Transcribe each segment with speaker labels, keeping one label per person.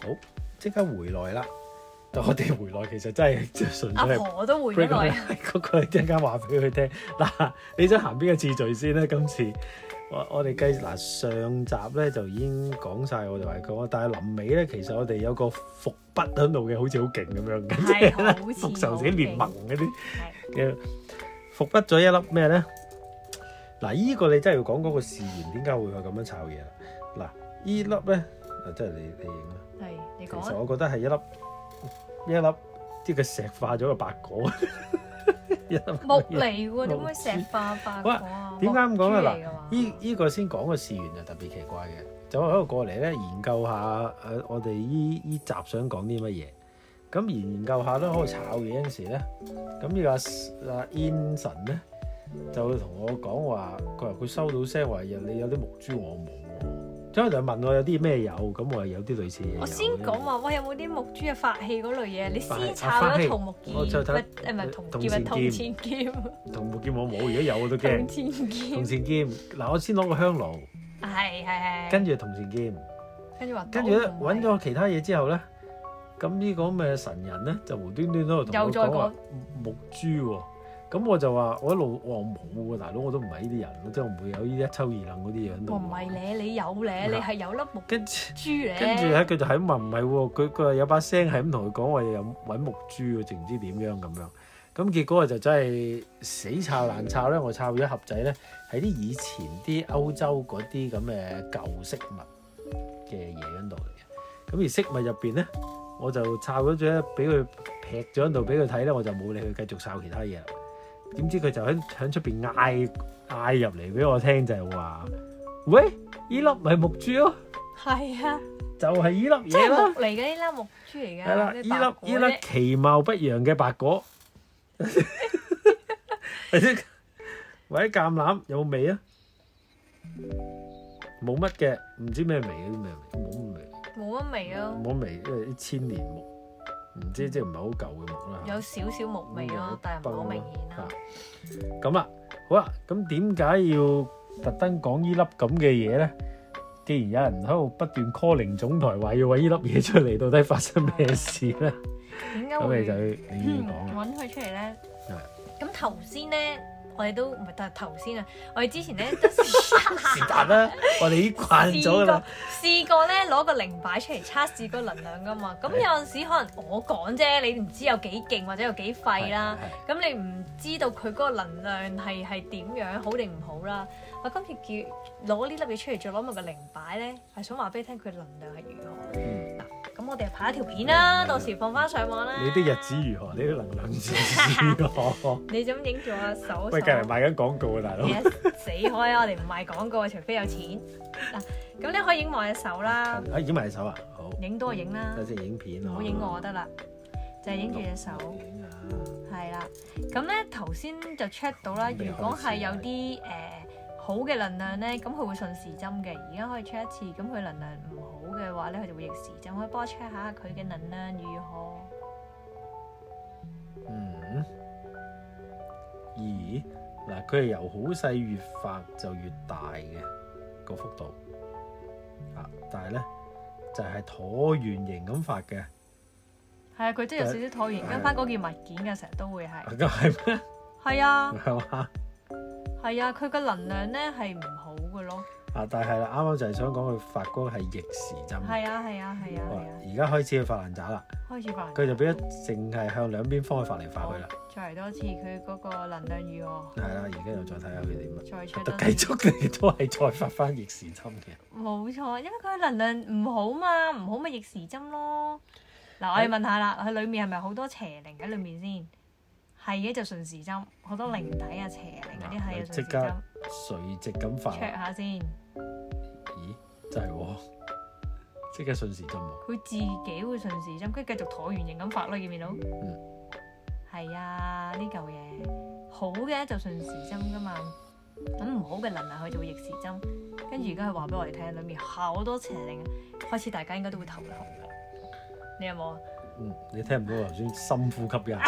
Speaker 1: 好，即刻回來啦。 但我哋回來其實真係即係純
Speaker 2: 阿
Speaker 1: 粹係
Speaker 2: 婆都回咗
Speaker 1: break
Speaker 2: 來啊，
Speaker 1: 佢嗰個一陣間 話俾佢聽。嗱， 你想行邊個次序先咧？今次我我哋計嗱上集咧就已經講晒我哋話講，但係臨尾咧其實我哋有個伏筆喺度嘅，好似好勁咁樣嘅，即
Speaker 2: 係
Speaker 1: 係
Speaker 2: 好似
Speaker 1: 復仇
Speaker 2: 好
Speaker 1: 者聯盟
Speaker 2: 勁
Speaker 1: 嗰啲。
Speaker 2: 係
Speaker 1: 嘅伏筆咗一粒咩咧？嗱，依個你真係要講嗰個事源點解會係咁樣炒嘢啦。嗱，依粒咧，嗱，即係你你影啦。
Speaker 2: 係你
Speaker 1: 其
Speaker 2: 講
Speaker 1: 實
Speaker 2: 啊，
Speaker 1: 我覺得係一粒一粒即係佢石化咗嘅白果， 一粒
Speaker 2: 木嚟 喎，點會石化白果啊？
Speaker 1: 點解咁講咧？嗱，
Speaker 2: 依
Speaker 1: 依依個先講個事源就特別奇怪嘅，就我喺度過嚟咧研究下誒、呃我哋依依集想講啲乜嘢，咁研究下咧，喺度炒嘢嗰陣時咧，咁呢個阿阿 In 神咧就同我講話，佢話佢收到聲話有你有啲木珠我冇喎，之後就問我有啲咩有，咁我話有啲類似嘢有。
Speaker 2: 我先講話，喂，有冇啲木珠嘅法器嗰類嘢？你
Speaker 1: 法器
Speaker 2: 先炒
Speaker 1: 啊法器
Speaker 2: 咗桃木劍，
Speaker 1: 我
Speaker 2: 唔
Speaker 1: 就睇
Speaker 2: 係誒唔係
Speaker 1: 銅
Speaker 2: 銅劍啊，
Speaker 1: 錢
Speaker 2: 銅
Speaker 1: 劍
Speaker 2: 錢劍，
Speaker 1: 同木劍我冇，如果有我都
Speaker 2: 銅
Speaker 1: 驚。
Speaker 2: 錢
Speaker 1: 銅
Speaker 2: 劍，
Speaker 1: 線劍嗱，我先攞個香爐，
Speaker 2: 係係係。
Speaker 1: 跟住銅線劍。
Speaker 2: 跟住話，
Speaker 1: 跟住咧揾，咗其他嘢之後咧，咁呢個咁嘅神人咧就無端端喺度同
Speaker 2: 又
Speaker 1: 我
Speaker 2: 再
Speaker 1: 講話
Speaker 2: 講
Speaker 1: 木珠喎、咁我就話我一路我話冇喎，大佬我都唔係呢啲人，即係我唔會有呢啲一抽二楞嗰啲嘢喺度。
Speaker 2: 我唔係咧，你有咧，你係有粒木
Speaker 1: 跟住
Speaker 2: 珠咧。
Speaker 1: 跟住咧，佢就喺問唔係喎，佢佢話有把聲係咁同佢講話有揾木珠喎，定唔知點樣咁樣。咁結果就真係死抄爛抄咧，我抄咗一盒仔咧，係啲以前啲歐洲嗰啲咁嘅舊飾物嘅嘢喺度嚟嘅。咁而飾物入邊咧，我就抄咗咗，俾佢劈咗喺度俾佢睇咧，我就冇理佢繼續抄其他嘢啦。點知佢就喺喺出邊嗌嗌入嚟俾我聽，就係話：喂，依粒咪木珠咯、
Speaker 2: 係啊，
Speaker 1: 就係依粒
Speaker 2: 即
Speaker 1: 嘢
Speaker 2: 係
Speaker 1: 啦。
Speaker 2: 木嚟嘅呢粒木珠嚟嘅。
Speaker 1: 係啦，
Speaker 2: 咩
Speaker 1: 依
Speaker 2: 白
Speaker 1: 粒
Speaker 2: 果
Speaker 1: 依粒
Speaker 2: 啫
Speaker 1: 其貌不揚嘅白果，或者 或者橄欖有冇味啊？冇乜嘅，唔知咩味嗰啲咩味，冇乜味，
Speaker 2: 冇乜味咯，
Speaker 1: 冇乜味，因為啲千年木，唔知即係唔係好舊嘅木啦。
Speaker 2: 有少少木味咯，但係唔係好明顯啦。
Speaker 1: 咁啦，好啦，咁點解要特登講呢粒咁嘅嘢咧？既然有人喺度不斷 calling 總台話要揾呢粒嘢出嚟，到底發生咩事咧？
Speaker 2: 點解
Speaker 1: 咁
Speaker 2: 會
Speaker 1: 你就要 你要講啦。啊
Speaker 2: 揾嗯佢出嚟咧？
Speaker 1: 係
Speaker 2: 咁頭先咧，我哋都唔係，但係頭先啊，我哋之前咧 都
Speaker 1: 是但啦，我哋已經慣
Speaker 2: 試
Speaker 1: 咗啦
Speaker 2: 過。試過咧攞個靈擺出嚟測試個能量噶嘛。咁
Speaker 1: 係
Speaker 2: 有陣時可能我講啫，你唔知有幾勁或者有幾廢啦。咁你唔知道佢嗰個能量係係點樣好定唔好啦。我今次叫攞呢粒嘢出嚟，再攞埋個靈擺咧，係想話俾你聽佢能量係如何。
Speaker 1: 嗯
Speaker 2: 嗱，咁我哋拍一條片啦，到時放翻上網啦。
Speaker 1: 你的日子如何？你的能量是如何？
Speaker 2: 你就咁影咗我手？
Speaker 1: 喂，隔離賣緊廣告啊，大佬。
Speaker 2: 嘢死開啊！我哋唔賣廣告，除非有錢。嗱，咁你可以影我隻手啦，
Speaker 1: 啊，影埋手啊，好，
Speaker 2: 影多影啦
Speaker 1: 睇，先影片
Speaker 2: 唔
Speaker 1: 啊。
Speaker 2: 好影我就得啦，就係影住隻手，
Speaker 1: 影啊
Speaker 2: 係啦。咁咧頭先就 check 到啦，如果係有啲誒好嘅能量咧，咁佢會順時針嘅。而家可以 check 一次，咁佢能量唔好嘅話咧，佢就會逆時針。可以幫我 check 下佢嘅能量如何？
Speaker 1: 嗯。咦？嗱，佢係由好細越發就越大嘅個幅度啊，但係咧就係橢圓形咁發嘅，
Speaker 2: 係啊，佢真係有少少橢圓，跟翻嗰件物件嘅，成日都會
Speaker 1: 啊
Speaker 2: 係。
Speaker 1: 咁 係咩？
Speaker 2: 係啊。
Speaker 1: 係嘛？
Speaker 2: 係啊，佢嘅能量咧係唔好嘅咯。
Speaker 1: 啊，但係啦，啱啱就係想講佢發光係逆時針。
Speaker 2: 係啊，係啊，係啊，
Speaker 1: 好啦
Speaker 2: 係啊，
Speaker 1: 而家開始佢發爛渣啦，
Speaker 2: 開始發。
Speaker 1: 佢就變咗淨係向兩邊方去發嚟發去啦。
Speaker 2: 再嚟多次佢嗰個能量如何？
Speaker 1: 係啦，而家又再睇下佢點啦。
Speaker 2: 再出
Speaker 1: 就
Speaker 2: 多
Speaker 1: 繼
Speaker 2: 次。
Speaker 1: 續 你都係再發翻逆時針嘅。
Speaker 2: 冇錯，因為佢嘅能量唔好嘛，唔好咪逆時針咯。嗱，我哋問下啦，佢裡面係咪好多邪靈喺裡面先？係嘅，就順時針，好多靈體啊、邪靈嗰啲係
Speaker 1: 嗱
Speaker 2: 啊順
Speaker 1: 即
Speaker 2: 時
Speaker 1: 刻
Speaker 2: 針。
Speaker 1: 垂直咁發啦。
Speaker 2: check 下先，
Speaker 1: 咦，真係喎，即刻順時針喎。
Speaker 2: 佢自己會順時針，跟住繼續橢圓形咁發咯，見唔見到？嗯。係啊，呢嚿嘢好嘅就順時針噶嘛，咁唔好嘅能量佢就會逆時針。跟住而家佢話俾我哋聽，裡面好多邪靈，啊開始大家應該都會頭痛噶。你有冇啊？
Speaker 1: 嗯，你聽唔到我頭先深呼吸嘅，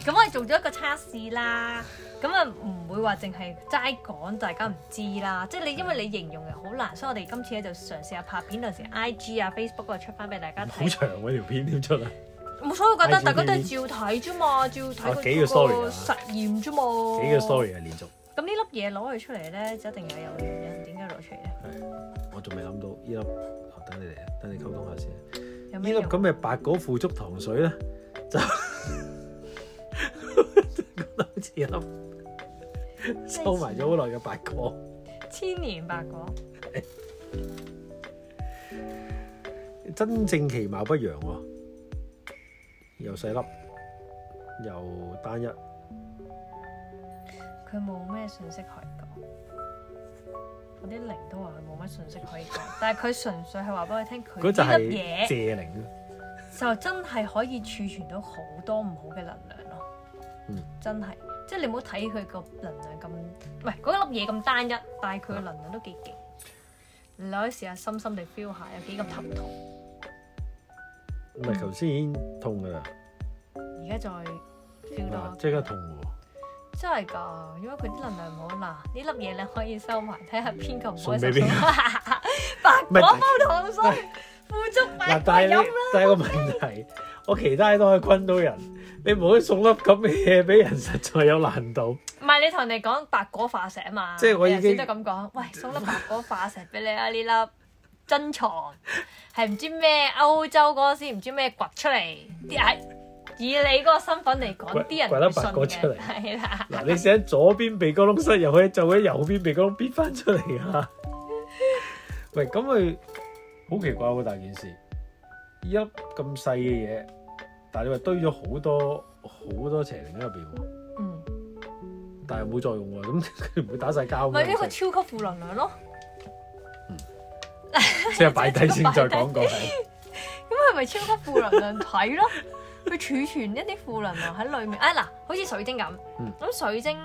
Speaker 2: 咁我哋做咗一個測試啦，咁啊唔會話淨係齋講，大家唔知啦。即係你因為你形容嘅好難，所以我哋今次咧就嘗試下拍片嗰陣時，IG 啊、Facebook 嗰度出翻俾大家
Speaker 1: 好
Speaker 2: 睇。
Speaker 1: 長嗰條片點出啊？
Speaker 2: 冇所謂覺得
Speaker 1: IG
Speaker 2: 大家都係照睇啫嘛，照睇
Speaker 1: 哦幾個
Speaker 2: 佢
Speaker 1: story
Speaker 2: 個
Speaker 1: 啊
Speaker 2: 實驗啫嘛。
Speaker 1: 幾個 story 啊，連續。
Speaker 2: 咁呢粒嘢攞佢出嚟咧，就一定有有原因，點解攞出嚟咧？
Speaker 1: 我仲未諗到呢粒，哦等你嚟啊，等你溝通下先。呢
Speaker 2: 有咩
Speaker 1: 粒
Speaker 2: 用？
Speaker 1: 咁嘅白果腐竹糖水咧，就覺得好似一粒 收埋咗好耐嘅白果。
Speaker 2: 千年百果，
Speaker 1: 真正其貌不揚喎、又細粒，又單一，
Speaker 2: 佢冇咩信息可以講。嗰啲零都話佢冇乜信息可以講，但係佢純粹係話俾我聽，
Speaker 1: 嗰就
Speaker 2: 佢呢
Speaker 1: 係
Speaker 2: 粒嘢。
Speaker 1: 謝靈啊
Speaker 2: 就真係可以儲存到好多唔好嘅能量咯。
Speaker 1: 嗯
Speaker 2: 真係，即係你唔好睇佢個能量咁，喂嗰粒嘢咁單一，但係佢嘅能量都幾勁。你可以試下深深地 feel 下有幾咁頭痛，
Speaker 1: 唔係頭先已經痛㗎啦，
Speaker 2: 而家再 feel
Speaker 1: 嗱
Speaker 2: 到，
Speaker 1: 即刻痛喎，
Speaker 2: 真係㗎，因為佢啲能量唔好嗱，呢粒嘢你可以收埋，睇下邊個 唔開
Speaker 1: 送
Speaker 2: 心
Speaker 1: 俾邊。
Speaker 2: 白
Speaker 1: 唔
Speaker 2: 果
Speaker 1: 係
Speaker 2: 煲 糖水，腐竹白
Speaker 1: 嗱
Speaker 2: 果
Speaker 1: 但係
Speaker 2: 飲
Speaker 1: 你，但係個問題， 我其他嘢都可以坤到人，你唔好送粒咁嘅嘢俾人，實在有難度。
Speaker 2: 唔係你同人哋講白果化石啊嘛，
Speaker 1: 即係我已經
Speaker 2: 你頭先都咁講，喂送粒白果化石俾你啊！呢粒珍藏係唔知咩歐洲嗰陣時唔知咩掘出嚟，啲係以你嗰個身份嚟講，
Speaker 1: 掘
Speaker 2: 啲
Speaker 1: 掘
Speaker 2: 人會
Speaker 1: 粒
Speaker 2: 信
Speaker 1: 白果出嚟
Speaker 2: 嘅，係啦。
Speaker 1: 嗱，你寫左邊鼻哥窿塞入去，就喺右邊鼻哥窿逼翻出嚟㗎啦。喂，咁佢好奇怪喎，大件事，一粒咁細嘅嘢，但係你話堆咗好多好多邪靈喺入邊喎，
Speaker 2: 嗯，
Speaker 1: 但係冇作用喎，咁佢唔會打晒膠
Speaker 2: 咪呢個
Speaker 1: 咩？
Speaker 2: 超級負能量咯。
Speaker 1: 即係擺低先再講過係。
Speaker 2: 咁係咪超級負能量體咯？佢儲存一啲負能量喺裡面。啊嗱，好似水晶咁，咁、
Speaker 1: 嗯
Speaker 2: 水晶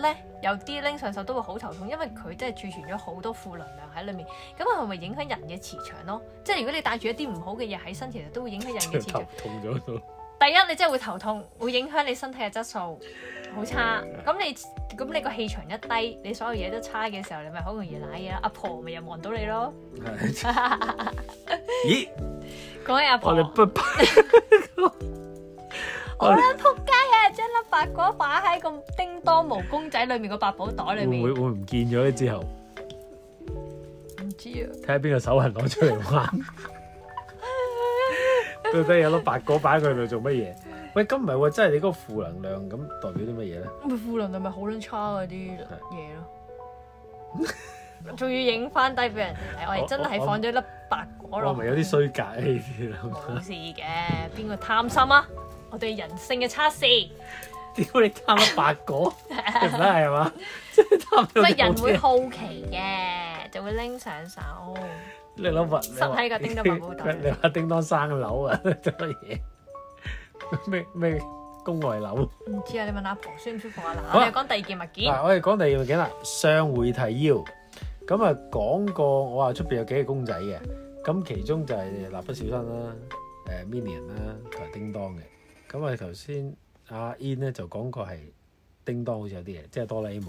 Speaker 2: 咧有啲拎上手都會好頭痛，因為佢真係儲存咗好多負能量喺裡面。咁係咪影響人嘅磁場咯？即係如果你帶住一啲唔好嘅嘢喺身，其實都會影響人嘅磁 場
Speaker 1: 頭。痛咗都，
Speaker 2: 第一，你真係會頭痛，會影響你身體嘅質素，好差。咁你咁你個氣場一低，你所有嘢都差嘅時候，你咪好容易舐嘢啦。阿婆咪又望到你咯。
Speaker 1: 係咦？
Speaker 2: 講起阿婆
Speaker 1: 我。哋不不，
Speaker 2: 我撚仆街啊！將粒白果擺喺個叮當毛公仔裏面個百寶袋裏
Speaker 1: 會唔
Speaker 2: 面，
Speaker 1: 會
Speaker 2: 唔
Speaker 1: 會唔見咗咧？之後
Speaker 2: 知啊！
Speaker 1: 睇下邊個手痕攞出嚟玩。到底有粒白果擺喺佢度做乜嘢？喂，咁唔係喎，真係你嗰個負能量咁代表啲乜嘢咧？
Speaker 2: 咪負能量咪好撚差嗰啲嘢咯，仲要影翻低俾人睇，我係真係放咗粒白果
Speaker 1: 我
Speaker 2: 落
Speaker 1: 係
Speaker 2: 去。
Speaker 1: 咪有啲衰格呢啲啦？
Speaker 2: 冇事嘅，邊個貪心啊？我哋人性嘅測試，
Speaker 1: 屌你貪粒白果，你唔得係嘛？真係貪到
Speaker 2: 咪
Speaker 1: 你
Speaker 2: 人
Speaker 1: 好
Speaker 2: 會
Speaker 1: 嘢
Speaker 2: 好奇嘅，就會拎上手。
Speaker 1: 你諗物
Speaker 2: 塞喺個叮當百寶袋
Speaker 1: 你話叮當生樓啊？做乜嘢？咩咩宮外樓？
Speaker 2: 唔知啊，你問阿婆舒唔舒服啊？嗱，
Speaker 1: 好
Speaker 2: 我
Speaker 1: 啊
Speaker 2: 哋講第二件物件，
Speaker 1: 嗱，我哋講第二樣嘢啦，上回提要。咁啊，講過我話出邊有幾個公仔嘅，咁其中就係蠟筆小新啦、誒、Minion 啦同埋叮當嘅。咁啊，頭先阿 In 咧就講過係叮當好似有啲嘢，即係哆啦 A 夢。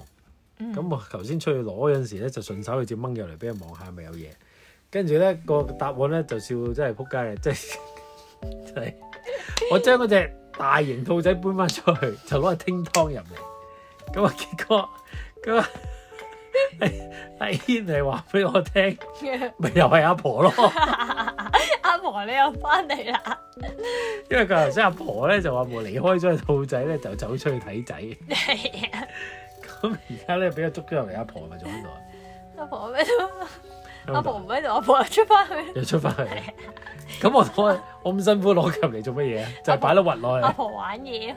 Speaker 2: 嗯
Speaker 1: 咁我頭先出去攞嗰陣時咧，就順手去接掹入嚟俾人望下係咪有嘢。跟住咧個答案咧就笑到真係撲街嘅，即係真係 我將嗰只大型兔仔搬翻出去，就攞去叮當入嚟。咁啊，結果 咁啊，阿軒嚟話俾我聽， 咪又係阿婆咯。
Speaker 2: 阿婆你又翻嚟啦。
Speaker 1: 因為佢頭先阿婆咧就話冇離開咗只兔仔咧，就走出去睇仔。 咁而家咧俾佢捉咗入嚟，阿婆咪仲喺度啊。
Speaker 2: 阿婆喺度，
Speaker 1: 喺
Speaker 2: 阿
Speaker 1: 度
Speaker 2: 婆唔喺度，阿婆出翻去。
Speaker 1: 又出翻嚟。咁我攞我咁辛苦攞佢入嚟做乜嘢啊？就係擺粒核落
Speaker 2: 阿
Speaker 1: 去，
Speaker 2: 婆玩嘢，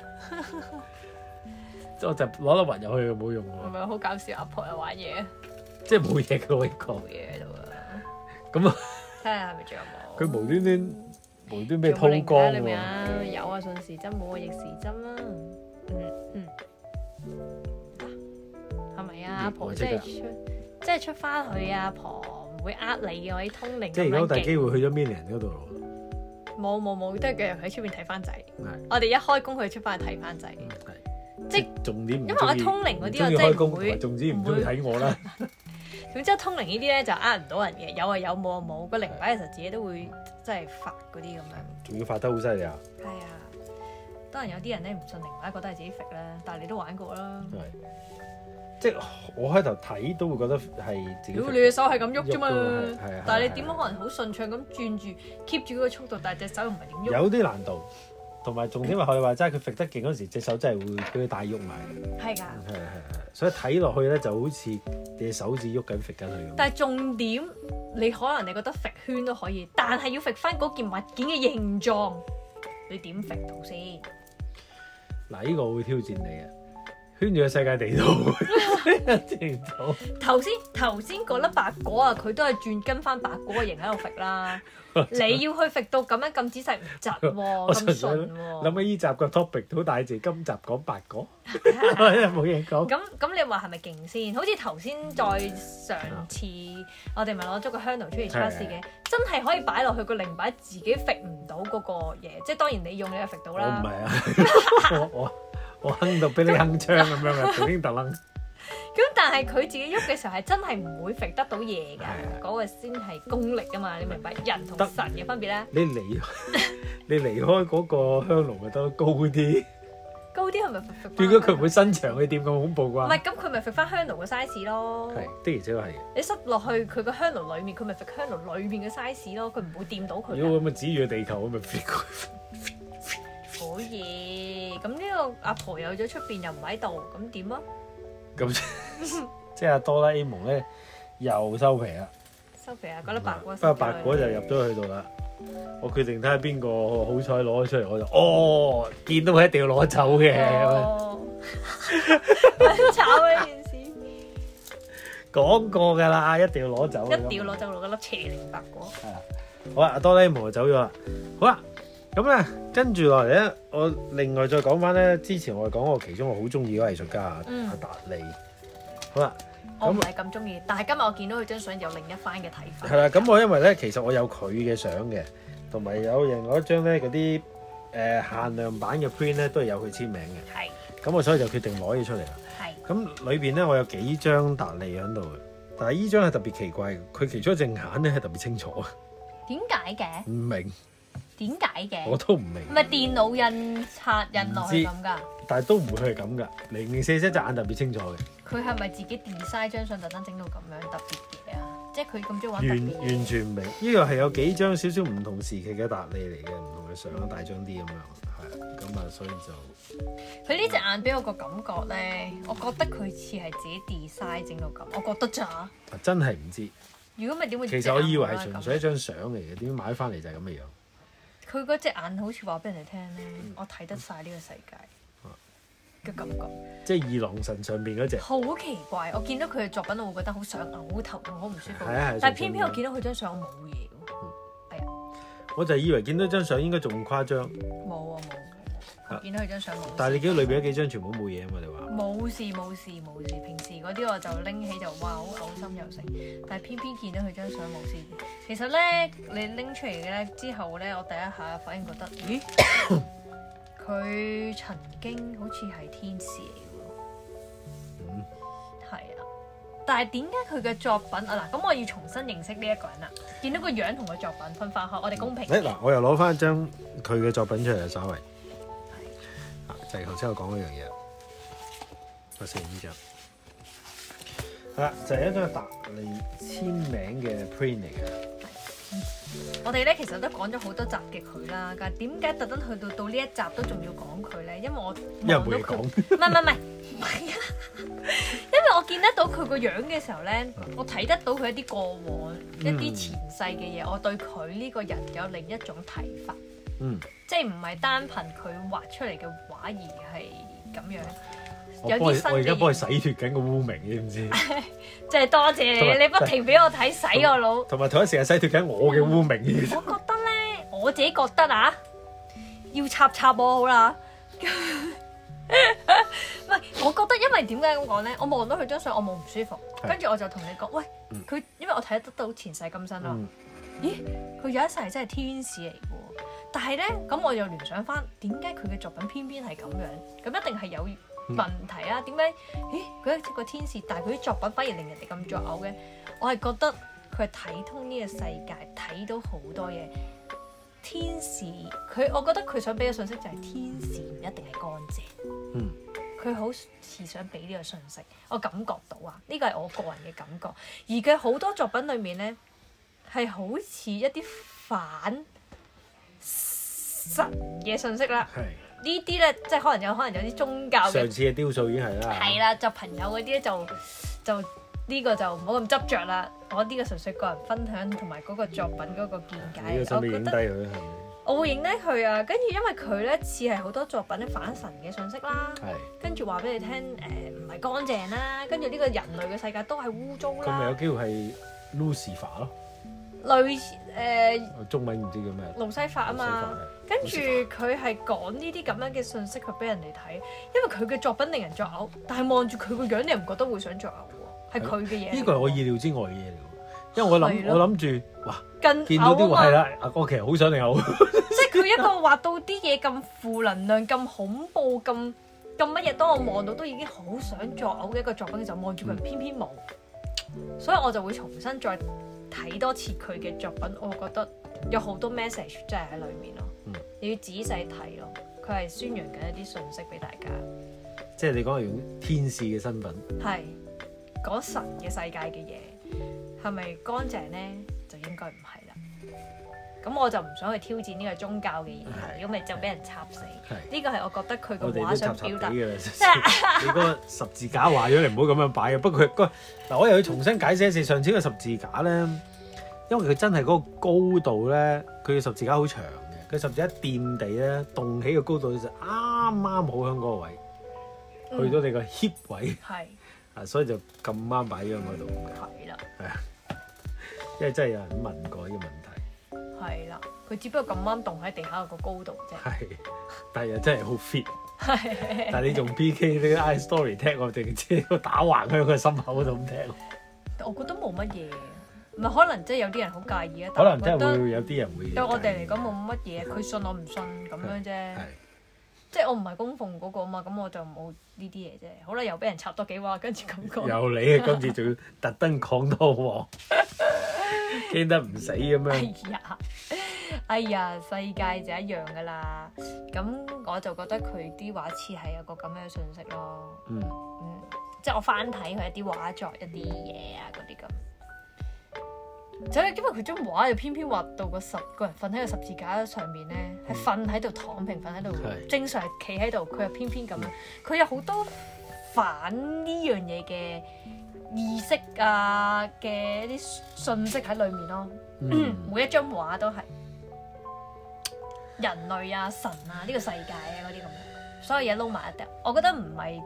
Speaker 1: 我就攞粒核入去冇用
Speaker 2: 係
Speaker 1: 喎，
Speaker 2: 咪好搞笑？阿婆又玩嘢，
Speaker 1: 即係冇嘢嘅我講
Speaker 2: 冇。嘢喺度啊！
Speaker 1: 咁啊，
Speaker 2: 睇下係咪仲有冇？
Speaker 1: 佢無端端無端俾
Speaker 2: 仲
Speaker 1: 偷
Speaker 2: 有冇
Speaker 1: 光
Speaker 2: 靈界裏面
Speaker 1: 喎，
Speaker 2: 啊？有啊，順時針冇啊，逆時針啦。嗯嗯，嗱係咪啊？阿婆
Speaker 1: 我
Speaker 2: 即
Speaker 1: 知㗎
Speaker 2: 係出，即係出翻去啊！阿婆唔會呃你嘅，我啲通靈
Speaker 1: 即係而
Speaker 2: 咁
Speaker 1: 家好
Speaker 2: 樣
Speaker 1: 大機
Speaker 2: 勁。
Speaker 1: 會去咗 Million 嗰度咯。
Speaker 2: 冇冇冇，都係佢喺出邊睇翻仔。
Speaker 1: 係
Speaker 2: 我哋一開工佢出翻去睇翻仔，
Speaker 1: 嗯係
Speaker 2: 即係
Speaker 1: 重點唔
Speaker 2: 因為
Speaker 1: 中
Speaker 2: 我
Speaker 1: 意
Speaker 2: 通靈嗰
Speaker 1: 唔
Speaker 2: 啲
Speaker 1: 中
Speaker 2: 我
Speaker 1: 意
Speaker 2: 真
Speaker 1: 開
Speaker 2: 係
Speaker 1: 工，
Speaker 2: 唔
Speaker 1: 同埋
Speaker 2: 會。
Speaker 1: 仲之唔中
Speaker 2: 唔
Speaker 1: 意
Speaker 2: 會
Speaker 1: 睇我啦。
Speaker 2: 咁之後通靈呢啲咧就呃唔到人嘅，有啊有，冇啊冇。個靈擺其實自己都會即係發嗰啲咁樣。
Speaker 1: 仲要發得好犀利啊！
Speaker 2: 係啊，當然有啲人咧唔信靈擺，覺得係自己揈啦，但係你都玩過啦。
Speaker 1: 係，即係我開頭睇都會覺得係自己
Speaker 2: 屌你嘅手係咁喐啫嘛
Speaker 1: 喐㗎喎係係係，
Speaker 2: 但係你點樣可能好順暢咁轉住 keep 住嗰個速度，但係隻手又唔係點喐？
Speaker 1: 有啲難度，同埋重點係學你話齋，佢揈得勁嗰時，隻手真係會俾佢帶喐埋。
Speaker 2: 係㗎。
Speaker 1: 係係係，所以睇落去咧就好似你隻手指喐緊揈緊佢咁。
Speaker 2: 但係重點，你可能你覺得揈圈都可以，但係要揈翻嗰件物件嘅形狀，你點揈到先？
Speaker 1: 嗱，呢個我會挑戰你啊！圈住個世界地圖， 聽唔到。
Speaker 2: 頭先頭先嗰粒白果啊，佢都係轉跟翻白果嘅形喺度 揈啦。你要去揈到咁樣咁仔細唔窒
Speaker 1: 我純
Speaker 2: 喎，哦咁
Speaker 1: 粹
Speaker 2: 順
Speaker 1: 諗
Speaker 2: 喎。
Speaker 1: 起依集個 topic 好大字，今集講八 個，
Speaker 2: 係啊
Speaker 1: 冇嘢講。
Speaker 2: 咁咁你話係咪勁先？好似頭先再上次我哋咪攞咗個香爐出嚟測試嘅，真係可以擺落去個靈擺自己揈唔到嗰個嘢，即係當然你用你就揈到
Speaker 1: 我
Speaker 2: 啦
Speaker 1: 唔。係 啊，我我我哼到俾你哼槍咁樣啊，叮叮特楞。
Speaker 2: 咁但係佢自己喐嘅時候係真係唔會揈得到嘢㗎
Speaker 1: 係啊，
Speaker 2: 嗰個先係功力㗎嘛，你明白人同神嘅分別咧？
Speaker 1: 你離 你離開嗰個香爐咪得咯高啲，
Speaker 2: 高啲係咪揈揈？
Speaker 1: 如果佢唔會伸長去點咁恐怖
Speaker 2: 唔
Speaker 1: 啩？
Speaker 2: 係咁，佢咪揈翻香爐嘅 size 咯。
Speaker 1: 係的，而且確係。
Speaker 2: 你塞落去佢個香爐裡面，佢咪揈香爐裡面嘅 size 咯，佢唔會掂到佢
Speaker 1: 如果
Speaker 2: 㗎。
Speaker 1: 咁啊指住個地球咁咪
Speaker 2: 好嘢！咁呢個阿婆有咗出邊又唔喺度，咁點啊？
Speaker 1: 咁即係阿哆啦 A 夢咧又收皮啦。
Speaker 2: 收皮啊！嗰粒白果
Speaker 1: 不
Speaker 2: 塞
Speaker 1: 過
Speaker 2: 咗落去，
Speaker 1: 白果就入咗去到啦。我決定睇下邊個好彩攞咗出嚟，我就哦見到佢一定要攞走嘅，
Speaker 2: 哦，炒呢件事，一
Speaker 1: 講過㗎啦，一定要攞走。
Speaker 2: 掉攞。就攞嗰粒邪靈白果。
Speaker 1: 好啦，阿哆啦 A 夢就走咗啦。好啦，咁咧跟住落嚟咧，我另外再講翻咧，之前我哋講我其中我好中意嗰個藝術家啊
Speaker 2: 嗯
Speaker 1: 阿達利。好啦。
Speaker 2: 我唔係咁中意，但係今日我見到佢張相有另一番嘅睇法。
Speaker 1: 係啦，咁我因為咧，其實我有佢嘅相嘅，同埋有另外一張咧嗰啲誒限量版嘅 print 咧，都係有佢簽名嘅。
Speaker 2: 係
Speaker 1: 咁我所以就決定攞嘢出嚟啦。
Speaker 2: 係
Speaker 1: 咁裏邊咧，我有幾張達利喺度嘅，但係依張係特別奇怪嘅，佢其中一隻眼咧係特別清楚嘅，
Speaker 2: 點解嘅？
Speaker 1: 唔明
Speaker 2: 點解嘅
Speaker 1: 我？都唔明，
Speaker 2: 唔係電腦印刷印落去咁㗎，
Speaker 1: 但係都唔會係咁噶，零零四四隻眼特別清楚嘅，
Speaker 2: 佢係咪自己 design 張相特登整到咁樣特別嘅啊？即係佢咁中意玩特別
Speaker 1: 完
Speaker 2: 嘢，
Speaker 1: 完全唔明。呢個係有幾張少少唔同時期嘅達利嚟嘅，唔同嘅相，大張啲咁樣，係咁啊，所以就
Speaker 2: 佢呢隻眼俾我個感覺咧，我覺得佢似係自己 design 整到咁，我覺得咋？
Speaker 1: 啊真係唔知。
Speaker 2: 如果唔係點會？啊
Speaker 1: 其實我以為係啊純粹一張相嚟嘅，點知買翻嚟就係咁嘅樣。
Speaker 2: 佢嗰隻眼好似話俾人哋聽咧，
Speaker 1: 嗯
Speaker 2: 我睇得晒呢個世界嘅感覺。
Speaker 1: 即係二郎神上邊嗰只，
Speaker 2: 好奇怪，我見到佢嘅作品，我會覺得好想嘔頭痛，好唔舒服
Speaker 1: 係啊係。
Speaker 2: 但係偏偏我見到佢張相，我冇嘢喎，
Speaker 1: 嗯
Speaker 2: 啊
Speaker 1: 我就以為見到張相應該仲誇張，
Speaker 2: 冇啊冇。
Speaker 1: 啊
Speaker 2: 我見到佢張相冇事。
Speaker 1: 但係你見到裏邊嗰幾張全部冇嘢啊嘛？你話
Speaker 2: 冇事冇事冇事，平時嗰啲我就拎起就哇好嘔心又成，但係偏偏見到佢張相冇事。其實咧，你拎出嚟嘅咧之後咧，我第一下反應覺得，咦，佢曾經好似係天使嚟
Speaker 1: 嗯
Speaker 2: 嘅喎，係啊。但係點解佢嘅作品啊嗱？咁我要重新認識呢一個人啦，見到個樣同個作品分化開，我哋公平
Speaker 1: 誒嗱，我又攞翻張佢嘅作品出嚟啦，稍微啊，就係頭先我講嗰樣嘢啦。我四五張，係啦，就係一張達利簽名嘅 print 嚟嘅。
Speaker 2: 我哋咧其實都講咗好多集嘅佢啦，但係點解特登去到到呢一集都仲要講佢咧？因為我
Speaker 1: 因為
Speaker 2: 望到
Speaker 1: 冇嘢講
Speaker 2: 佢，唔係唔係唔係，唔係啊！因為我見得到佢個樣嘅時候咧，我睇得到佢一啲過往、一
Speaker 1: 嗯
Speaker 2: 啲前世嘅嘢，我對佢呢個人有另一種睇法，
Speaker 1: 嗯，
Speaker 2: 即係唔係單憑佢畫出嚟嘅畫而係咁樣，
Speaker 1: 我
Speaker 2: 有
Speaker 1: 幫佢
Speaker 2: 啲新
Speaker 1: 我而家
Speaker 2: 嘅
Speaker 1: 幫佢
Speaker 2: 嘢。
Speaker 1: 洗脱緊個污名，你知唔 知？
Speaker 2: 即係多謝
Speaker 1: 同埋
Speaker 2: 你，你不停俾我睇洗我腦。
Speaker 1: 同埋同一時間洗脱緊我嘅污名，你知唔知
Speaker 2: 我覺得 咧，我自己覺得啊，要插插我好啦。 唔係，我覺得因為點解咁講咧？我望到佢張相，我冇唔舒服，
Speaker 1: 係
Speaker 2: 跟住我就同你講，喂
Speaker 1: 嗯，
Speaker 2: 佢因為我睇得到前世今生啦。啊
Speaker 1: 嗯
Speaker 2: 咦，佢有一世真係天使嚟嘅喎，係咧，咁我又聯想翻點解佢嘅作品偏偏係咁樣，咁一定係有
Speaker 1: 嗯
Speaker 2: 問題啊？點解？咦，佢係一個天使，但係佢啲作品反而令人哋咁作嘔嘅，我係覺得佢係睇通呢個世界，睇到好多嘢。天使佢，我覺得佢想俾嘅信息就係天使唔一定係乾淨。
Speaker 1: 嗯
Speaker 2: 佢好似想俾呢個信息，我感覺到啊，呢個係我個人嘅感覺。而佢好多作品裏面呢，係好似一啲反神嘅信息啦。
Speaker 1: 係。
Speaker 2: 呢啲呢，即係可能有可能有啲宗教嘅
Speaker 1: 上次嘅雕塑已經係啦。
Speaker 2: 係啦，就朋友嗰啲咧就就呢、個就唔好咁執着啦。我呢個純粹個人分享同埋嗰個作品嗰個見解，
Speaker 1: 你個心
Speaker 2: 我
Speaker 1: 俾
Speaker 2: 覺
Speaker 1: 影低
Speaker 2: 得
Speaker 1: 佢係咪？
Speaker 2: 我會影低佢啊。跟住因為佢呢，似係好多作品咧反神嘅信息啦。
Speaker 1: 係。
Speaker 2: 跟住話俾你聽，誒唔係乾淨啦，跟住呢個人類嘅世界都係污糟
Speaker 1: 咁咪有
Speaker 2: 啦，
Speaker 1: 機會係 Lucifer 咯，
Speaker 2: 類似誒
Speaker 1: 中文唔知叫咩。
Speaker 2: 路西法啊嘛，跟住佢係講呢啲咁樣嘅信息去俾人哋睇，因為佢嘅作品令人作嘔，但係望住佢個樣，你唔覺得會想作嘔喎，係佢嘅嘢嚟喎。
Speaker 1: 呢個係我意料之外嘅嘢嚟喎，因為我
Speaker 2: 係
Speaker 1: 諗
Speaker 2: 咯
Speaker 1: 我諗住，哇，
Speaker 2: 更
Speaker 1: 見到啲
Speaker 2: 嘔啊
Speaker 1: 係
Speaker 2: 嘛，
Speaker 1: 啦，阿哥其實好想你嘔，
Speaker 2: 即係佢一個畫到啲嘢咁負能量、咁恐怖、咁咁乜嘢，當我望到都已經好想作嘔嘅一個作品嘅時候，望住佢偏偏冇，所以我就會重新再睇多次佢嘅作品，我覺得有好多 message 真係喺裡面咯，
Speaker 1: 嗯
Speaker 2: 你要仔細睇咯，佢係宣揚緊一啲信息俾大家，
Speaker 1: 即係你講係用天使嘅身份，
Speaker 2: 係講神嘅世界嘅嘢係咪乾淨呢？就應該唔係啦。咁我就唔想去挑戰呢個宗教嘅嘢，
Speaker 1: 係
Speaker 2: 如果咪就俾人插死。
Speaker 1: 係
Speaker 2: 呢個係我覺得佢
Speaker 1: 我哋
Speaker 2: 嘅畫
Speaker 1: 都插
Speaker 2: 想
Speaker 1: 插地
Speaker 2: 表達，
Speaker 1: 嘅啦。你嗰個十字架話咗你唔好咁樣擺啊嘅，不過佢 嗰個嗱我又要重新解釋一次，上次個十字架咧，因為佢真係嗰個高度咧，佢嘅十字架好長嘅，佢十字架掂地咧，棟起個高度就啱啱好響嗰個位，
Speaker 2: 嗯
Speaker 1: 去到你個 hip 位。
Speaker 2: 係
Speaker 1: 啊，所以就咁啱擺咗喺嗰度嘅，
Speaker 2: 係啦，
Speaker 1: 因為真係有人問過呢個問題，
Speaker 2: 係啦，佢只不過咁啱棟喺地下有個高度啫，
Speaker 1: 係，但係又真係好 fit，但係你用 PK 呢個 i story 踢我哋，即係打橫喺佢心口嗰度咁踢，
Speaker 2: 我覺得冇乜嘢，唔係可能即係有啲人好介意啊，
Speaker 1: 可
Speaker 2: 但
Speaker 1: 能
Speaker 2: 係
Speaker 1: 真
Speaker 2: 我覺
Speaker 1: 係
Speaker 2: 得
Speaker 1: 會有啲人會
Speaker 2: 對我哋嚟講冇乜嘢，佢信我唔信咁樣啫
Speaker 1: 係，
Speaker 2: 即係我唔係供奉嗰個啊嘛，咁我就冇呢啲嘢啫，好啦，又俾人插多幾話，跟住咁講，
Speaker 1: 有你啊，今次仲要特登講多喎，驚得唔死咁
Speaker 2: 哎
Speaker 1: 樣，
Speaker 2: 呀，哎呀，世界就一樣噶啦，咁我就覺得佢啲畫似係有個咁樣嘅信息咯。
Speaker 1: 嗯，
Speaker 2: 嗯，即係我翻睇佢一啲畫作、一啲嘢啊嗰啲咁。就係因為佢張畫就偏偏畫到個十個人瞓喺個十字架上面咧，係瞓喺度躺平瞓喺度，
Speaker 1: 係
Speaker 2: 正常係企喺度，佢又偏偏咁樣，佢有好多反呢樣嘢嘅意識啊嘅一啲信息喺裡面咯。
Speaker 1: 嗯，
Speaker 2: 每一張畫都係人類啊、神啊、呢、個世界啊嗰啲咁樣，所有嘢撈埋一碟。我覺得唔係，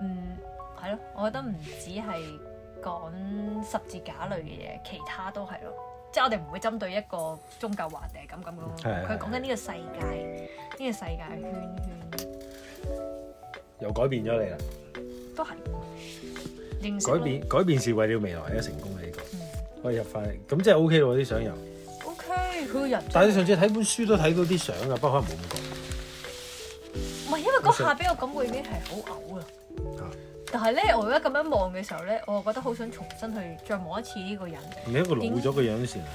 Speaker 2: 嗯，係咯，我覺得唔止係講十字架類嘅嘢，其他都係咯。即係我哋唔會針對一個宗教話題咁咁咯，
Speaker 1: 係
Speaker 2: 佢講緊呢個世界，呢、個世界圈圈
Speaker 1: 又改變咗你啦，
Speaker 2: 都係認識咯
Speaker 1: 改變改變是為了未來嘅成功嘅呢個
Speaker 2: 嗯。
Speaker 1: 可以入翻，咁真係 OK 喎啲相又，
Speaker 2: OK，佢個人
Speaker 1: 但係你上次睇本書都睇到啲相㗎，不過可能冇咁講。
Speaker 2: 唔係，因為嗰下俾我感覺已經係好嘔
Speaker 1: 啊
Speaker 2: 啊！但係咧，我而家咁樣望嘅時候咧，我覺得好想重新去再望一次呢個人，
Speaker 1: 你一個老咗嘅樣先，啊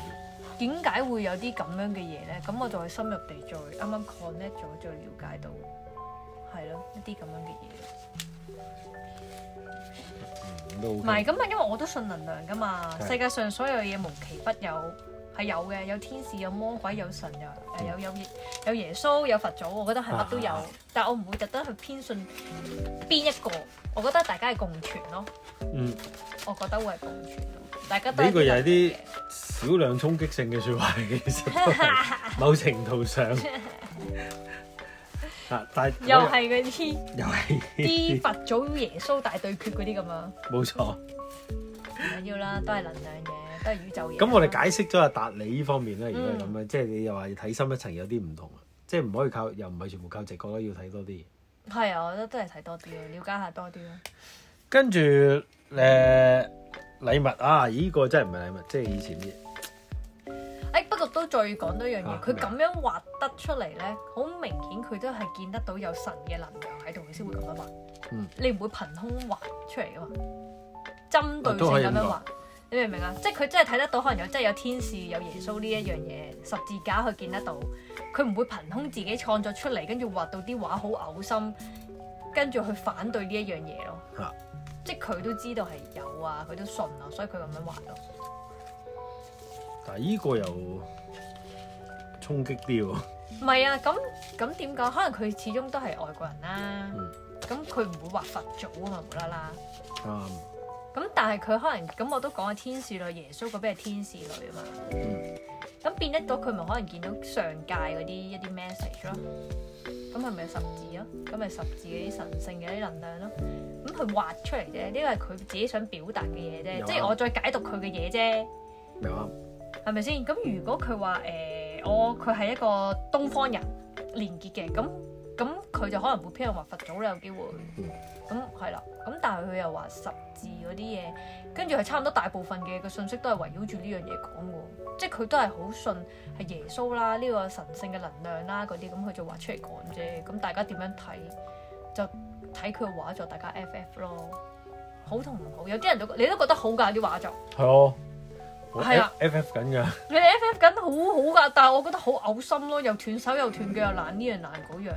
Speaker 2: 點解會有啲咁樣嘅嘢咧？咁我就去深入地再啱啱 connect 咗，再了解到係咯一啲咁樣嘅嘢。
Speaker 1: 嗯都
Speaker 2: 唔
Speaker 1: OK
Speaker 2: 係咁啊，因為我都信能量噶嘛，
Speaker 1: 係
Speaker 2: 世界上所有嘢無奇不有。係有嘅，有天使，有魔鬼，有神，有誒有有耶有耶穌，有佛祖，我覺得係乜都有，
Speaker 1: 嗯啊
Speaker 2: 但我唔會特登去偏信邊一個，我覺得大家係共存咯。
Speaker 1: 嗯，
Speaker 2: 我覺得會係共存咯，大家都
Speaker 1: 呢個又係
Speaker 2: 係
Speaker 1: 啲少量衝擊性嘅説話，其實都 係某程度上啊，但係
Speaker 2: 又係嗰啲
Speaker 1: 又係
Speaker 2: 啲佛祖耶穌大對決嗰啲咁啊，
Speaker 1: 冇錯。
Speaker 2: 唔緊要啦，都係能量嘅，都係宇宙嘢。
Speaker 1: 咁我哋解釋咗阿達理呢方面咧，如果係
Speaker 2: 嗯
Speaker 1: 咁樣，即係你又話要睇深一層有啲唔同啊，即係唔可以靠又唔係全部靠直覺啦，要睇多啲嘢。
Speaker 2: 係啊，我覺得都係睇多啲咯，了解下多啲咯。
Speaker 1: 跟住誒禮物啊，呢個真係唔係禮物，即係以前啲
Speaker 2: 誒，哎不過都再講多一樣嘢
Speaker 1: 啊，
Speaker 2: 佢咁樣畫得出嚟咧，好明顯佢都係見得到有神嘅能量喺度，佢先會咁樣畫。
Speaker 1: 嗯
Speaker 2: 你唔會憑空畫出嚟噶嘛？針
Speaker 1: 啊
Speaker 2: 對性
Speaker 1: 都可以
Speaker 2: 咁
Speaker 1: 咁
Speaker 2: 樣
Speaker 1: 講
Speaker 2: 畫，你明唔明啊？即係佢真係睇得到，可能有真係有天使、有耶穌呢一樣嘢，十字架佢見得到，佢唔會憑空自己創作出嚟，跟住畫到啲畫好嘔心，跟住去反對呢一樣嘢咯。
Speaker 1: 啊
Speaker 2: 即係佢都知道係有啊，佢都信啊，所以佢咁樣畫咯。
Speaker 1: 但係依個又衝擊啲喎，
Speaker 2: 唔係啊，咁咁點講？可能佢始終都係外國人啦
Speaker 1: 嗯，
Speaker 2: 咁佢唔會畫佛祖啊嘛，無啦啦。
Speaker 1: 啱
Speaker 2: 咁但係佢可能咁我都講係啊天使類，耶穌嗰邊係天使類啊嘛。
Speaker 1: 嗯
Speaker 2: 咁變得到佢咪可能見到上界嗰啲一啲 message 咯。咁係咪有十字咯？咁咪十字嗰啲神聖嘅啲能量咯。咁佢畫出嚟啫，呢個係佢自己想表達嘅嘢
Speaker 1: 有啊
Speaker 2: 啫，即係我再解讀佢嘅嘢啫。
Speaker 1: 又啱，
Speaker 2: 係咪先？咁如果佢話誒，我佢係一個東方人連結嘅，咁咁佢就可能會偏向話佛祖啦，有機會
Speaker 1: 嗯。
Speaker 2: 咁係啦，咁但係佢又話十字嗰啲嘢，跟住係差唔多大部分嘅個信息都係圍繞住呢樣嘢講喎，即係佢都係好信係耶穌啦，呢、個神聖嘅能量啦嗰啲，咁佢就畫出嚟講啫。咁大家點樣睇就睇佢嘅畫作，大家 FF 咯，好同唔好？有啲人都你都覺得好㗎啲畫作。
Speaker 1: 係哦，我
Speaker 2: 係啊
Speaker 1: F F 緊㗎，
Speaker 2: 你哋 FF 緊好好噶，但係我覺得好嘔心咯，又斷手又斷腳又爛呢樣爛嗰樣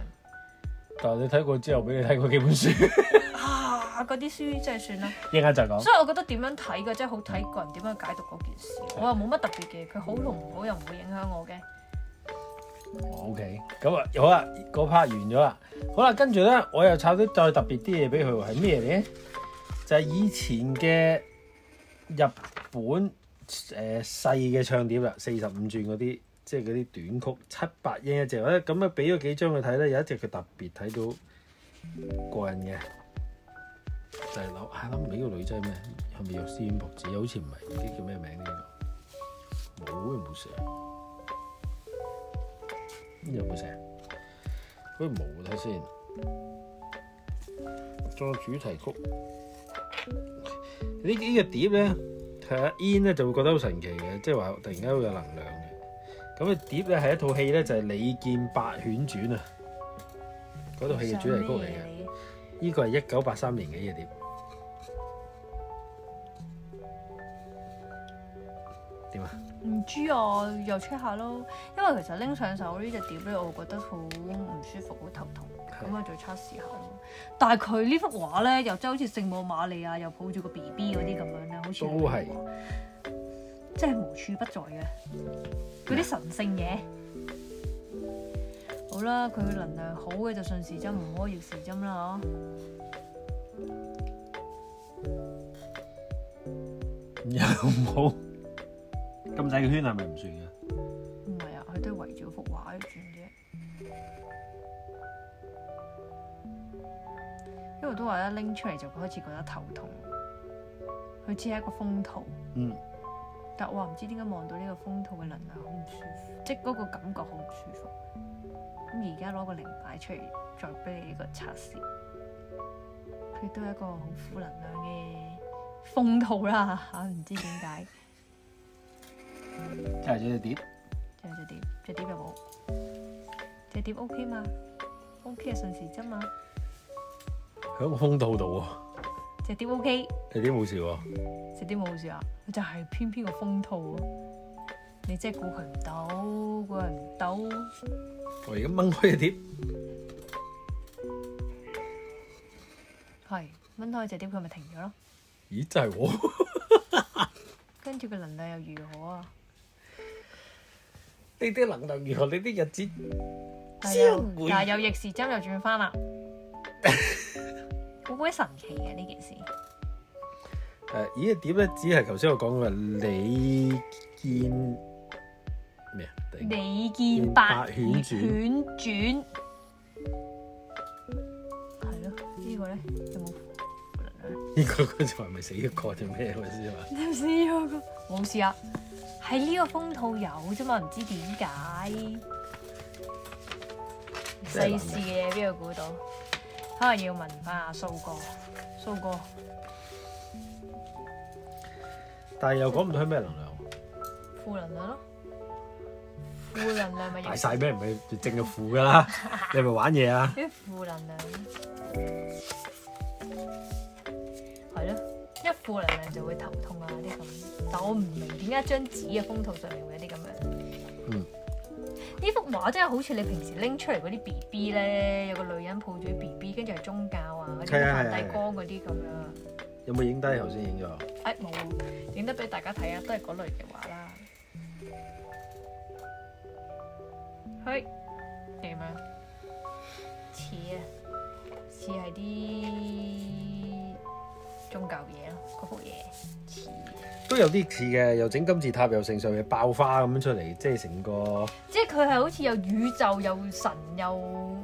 Speaker 1: 但係你睇過之後，俾你睇過幾本書，
Speaker 2: 啊！嗰啲書真係算啦，
Speaker 1: 一間就係講
Speaker 2: 所以我覺得點樣睇嘅真係好睇個人點樣解讀嗰件事。我又冇乜特別嘅，佢好同唔好又唔會影響我嘅。
Speaker 1: O K，咁哦啊好啦，嗰 part 完咗啦，好啦，跟住咧我又炒啲再特別啲嘢俾佢喎，係咩咧？就係、以前嘅日本誒細嘅唱碟啦，四十五轉嗰啲，即係嗰啲短曲，七百英一隻，咧咁啊俾咗幾張佢睇咧，有一隻佢特別睇到過癮嘅，就係諗啊諗唔起個女仔咩？係咪若斯煙博子？好似唔係，唔知叫咩名呢個？冇又冇寫，呢個有冇寫？佢冇睇先，做主題曲。呢呢個碟咧，睇下 In 咧就會覺得好神奇嘅，即係話突然間會有能量嘅。咁啊碟咧係一套戲咧，就係、李健八犬傳》啊，嗰套戲嘅主題曲嚟嘅。呢個係一九八三年嘅呢個碟。點啊？
Speaker 3: 唔知啊，又 check 下咯。因為其實拎上手呢只碟咧，我覺得好唔舒服，好頭痛。咁我再測試下咯。但係佢呢幅畫咧，又真係好似聖母瑪利亞又抱住個 B B 嗰啲咁樣咧，好似
Speaker 1: 都係
Speaker 3: 真係無處不在嘅嗰啲神聖嘢。好啦，佢能量好嘅就順時針，唔可以逆時針啦，
Speaker 1: 又冇咁細嘅圈係咪唔算嘅？
Speaker 3: 嗬？唔係啊，佢都係圍住幅畫喺度轉啫。因為都話一拎出嚟就開始覺得頭痛，佢只係一個風圖。
Speaker 1: 嗯，
Speaker 3: 但我話唔知點解望到呢個風套嘅能量好唔舒服，即係嗰個感覺好唔舒服。咁而家攞個靈擺出嚟，再俾你一個測試，佢都係一個好負能量嘅風套啦嚇，唔知點解。
Speaker 1: 即係呢隻碟。
Speaker 3: 仲有隻碟，隻碟有冇？隻碟 OK 嘛？OK 啊，順時針嘛，
Speaker 1: 喺個風度度喎，
Speaker 3: 隻碟 OK，
Speaker 1: 你啲冇事喎，
Speaker 3: 隻碟冇事啊，佢就係偏偏個風套啊！你真係估佢唔到，估佢唔到。
Speaker 1: 我而家掹開隻碟，
Speaker 3: 係掹開隻碟，佢咪停咗咯。
Speaker 1: 咦真係喎，
Speaker 3: 跟住個能量又如何啊？
Speaker 1: 你啲能量如何？你啲日子
Speaker 3: 但係又
Speaker 1: 將會
Speaker 3: 但係有逆時針又轉 翻啦，好鬼神奇嘅呢件事。
Speaker 1: 誒，咦隻碟咧只係頭先我講嘅李健咩啊？突然間
Speaker 3: 李健八
Speaker 1: 八
Speaker 3: 犬
Speaker 1: 犬
Speaker 3: 犬
Speaker 1: 傳
Speaker 3: 轉，係咯？呢個咧有冇能量？
Speaker 1: 呢個嗰陣係咪死一個定咩？我先啊 話
Speaker 3: 你死咗個冇事啊！喺呢個風套有啫嘛，唔知點解
Speaker 1: 真係
Speaker 3: 世
Speaker 1: 難
Speaker 3: 事嘅嘢邊度估到？可能要問翻阿蘇哥，蘇哥。
Speaker 1: 但係又講唔到係咩能量喎。
Speaker 3: 啊負能量咯，啊
Speaker 2: 負能量咪
Speaker 1: 大
Speaker 2: 逆
Speaker 1: 晒咩？唔係淨係負㗎 啦，你係咪玩嘢啊？
Speaker 2: 啲負能量係咯，一負能量就會頭痛啊啲咁。但我唔明點解張紙嘅風套上面會有啲咁樣。
Speaker 1: 嗯。
Speaker 2: 呢幅畫真係好似你平時拎出嚟嗰啲 B B 咧，有個女人抱住 B B，跟住係宗教啊，嗰
Speaker 1: 係
Speaker 2: 啲
Speaker 1: 啊係
Speaker 2: 梵
Speaker 1: 啊
Speaker 2: 蒂岡嗰啲咁樣。
Speaker 1: 有冇影低頭先影咗？
Speaker 2: 誒冇喎影得俾大家睇啊，都係嗰類嘅畫啦。係點啊？似啊，似係啲宗教嘢咯，嗰幅嘢似。
Speaker 1: 都有啲似嘅，又整金字塔，又成上面爆花咁樣出嚟，即係成個
Speaker 2: 即係佢係好似有宇宙、有神、有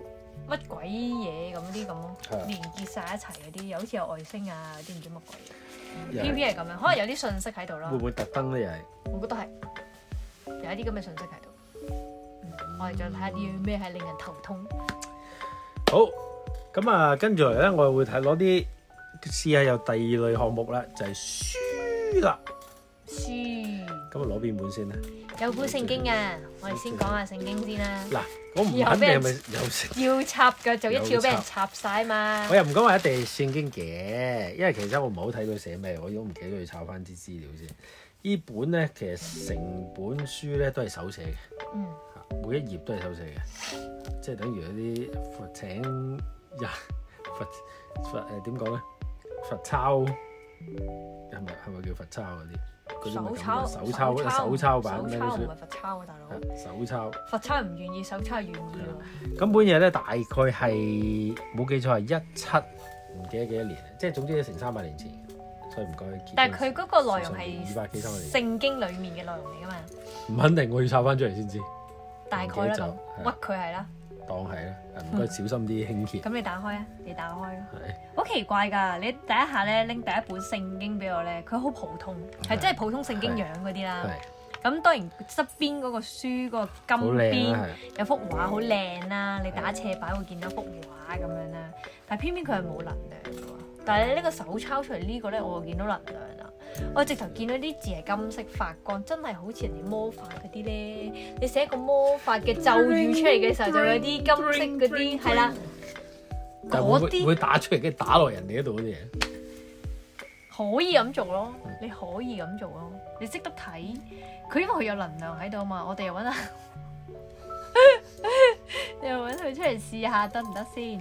Speaker 2: 乜鬼嘢咁啲咁咯
Speaker 1: 係啊，
Speaker 2: 連結晒一齊嗰啲，又好似有外星啊嗰啲唔知乜鬼
Speaker 1: 又
Speaker 2: 嘢。P
Speaker 1: 係
Speaker 2: P 係咁樣，可能有啲信息喺度咯。
Speaker 1: 會唔會特登咧？又係
Speaker 2: 我覺得係有一啲咁嘅信息喺度。嗯我哋再睇下啲咩係令人頭痛。
Speaker 1: 好咁啊！跟住嚟咧，我會睇攞啲試下有第二類項目啦，就係、書啦。
Speaker 2: 書
Speaker 1: 咁啊，攞邊本先咧？
Speaker 2: 有本聖經啊，我哋先講下聖經先啦。
Speaker 1: 嗱，我唔
Speaker 2: 又
Speaker 1: 肯定
Speaker 2: 俾
Speaker 1: 係
Speaker 2: 人
Speaker 1: 咪有聖，
Speaker 2: 要插腳就一跳俾人插晒嘛
Speaker 1: 我。又唔敢話一定係聖經嘅，因為其實我唔係好睇佢寫咩，我都唔記得咗要抄翻啲資料先。呢本咧其實成本書咧都係手寫嘅。
Speaker 2: 嗯，
Speaker 1: 每一頁都係手寫嘅，即係等於嗰啲佛請人 佛佛誒點講咧？佛抄係咪係咪叫佛抄嗰啲？嗰啲咪咁
Speaker 2: 手
Speaker 1: 嘅
Speaker 2: 抄
Speaker 1: 手抄手抄版咩
Speaker 2: 手
Speaker 1: 啲
Speaker 2: 抄唔
Speaker 1: 書
Speaker 2: 係佛抄啊，大佬。
Speaker 1: 係手抄。
Speaker 2: 佛抄唔願意，手抄願意
Speaker 1: 咁
Speaker 2: 喎。
Speaker 1: 本嘢咧大概係冇記錯係一七唔記得幾多年，即係總之成三百年前，所以唔該。
Speaker 2: 但係佢嗰個內容
Speaker 1: 二
Speaker 2: 係
Speaker 1: 百幾三百年前，
Speaker 2: 聖經裡面嘅內容嚟噶嘛，
Speaker 1: 唔肯定我要抄翻出嚟先知，
Speaker 2: 大
Speaker 1: 唔。
Speaker 2: 概啦咁
Speaker 1: 記
Speaker 2: 屈
Speaker 1: 得咗啊
Speaker 2: 佢係啦，
Speaker 1: 當係啦，唔該小心啲輕 揭。
Speaker 2: 咁你打開啊，你打開啊。
Speaker 1: 係
Speaker 2: 好奇怪㗎！你第一下咧拎第一本聖經俾我咧，佢好普通，係真係普通聖經樣嗰啲啦。
Speaker 1: 係
Speaker 2: 咁當然側邊嗰個書嗰個金
Speaker 1: 好靚啊啦
Speaker 2: 邊，有幅畫好靚啦，你打斜擺會見到幅畫咁樣啦。但係偏偏佢係冇能量嘅喎。但係你呢個手抄出嚟呢個咧，我就見到能量啦。我直頭見到啲字係金色發光，真係好似人哋魔法嗰啲咧。你寫一個魔法嘅咒語出嚟嘅時候，就有啲金色嗰啲係啦。
Speaker 1: 但會
Speaker 2: 嗰啲
Speaker 1: 會打出嚟，跟住打落人哋嗰度嗰啲嘢。
Speaker 2: 可以咁做咯，你可以咁做咯，你識得睇佢，因為佢有能量喺度啊嘛，我哋又揾下， 你又揾佢出嚟試下得唔得先？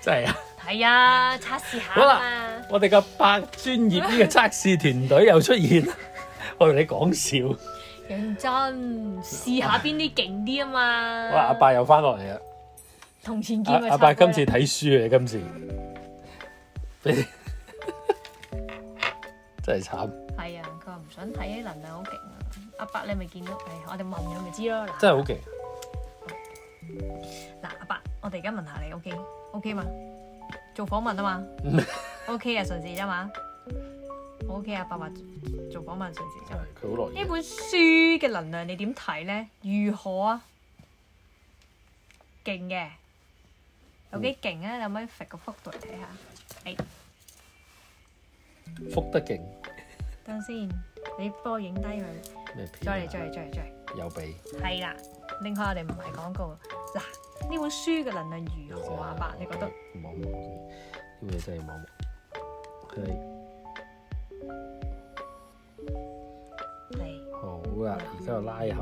Speaker 1: 真係啊！
Speaker 2: 睇啊，測試下
Speaker 1: 好啦
Speaker 2: 啊嘛，
Speaker 1: 我哋嘅百專業呢個測試團隊又出現， 我同你講笑。
Speaker 2: 認真試下邊啲勁啲啊嘛。
Speaker 1: 哇！阿伯又翻落嚟啊啦，
Speaker 2: 同前
Speaker 1: 阿
Speaker 2: 見咪
Speaker 1: 啊阿伯今次睇書啊，今次俾你 真係慘，
Speaker 2: 係啊，佢話唔想睇能量好勁啊。阿伯你咪見到，唉，我哋問佢咪知咯。嗱
Speaker 1: 真係好勁。
Speaker 2: 嗱，阿伯，我哋而家問下你，OK，OK 嘛？做訪問啊嘛，OK 啊，順時啫嘛，OK 啊，伯伯做訪問順時啫
Speaker 1: 係。佢好樂
Speaker 2: 呢
Speaker 1: 意。
Speaker 2: 本書嘅能量你點睇咧？如何啊？勁嘅，有幾勁啊？你可唔可以揈個幅度嚟睇下？誒，
Speaker 1: 覆得勁
Speaker 2: 等陣先，你幫我影低佢，
Speaker 1: 咩片啊？
Speaker 2: 再嚟，再嚟，再嚟，再嚟。
Speaker 1: 右臂
Speaker 2: 係啦，拎開我哋唔係廣告。嗱，呢本書嘅能量如何啊？阿伯，你覺得？
Speaker 1: 望望先呢嘢真係望望。佢係
Speaker 2: 嚟，
Speaker 1: 好啦，而家又拉後。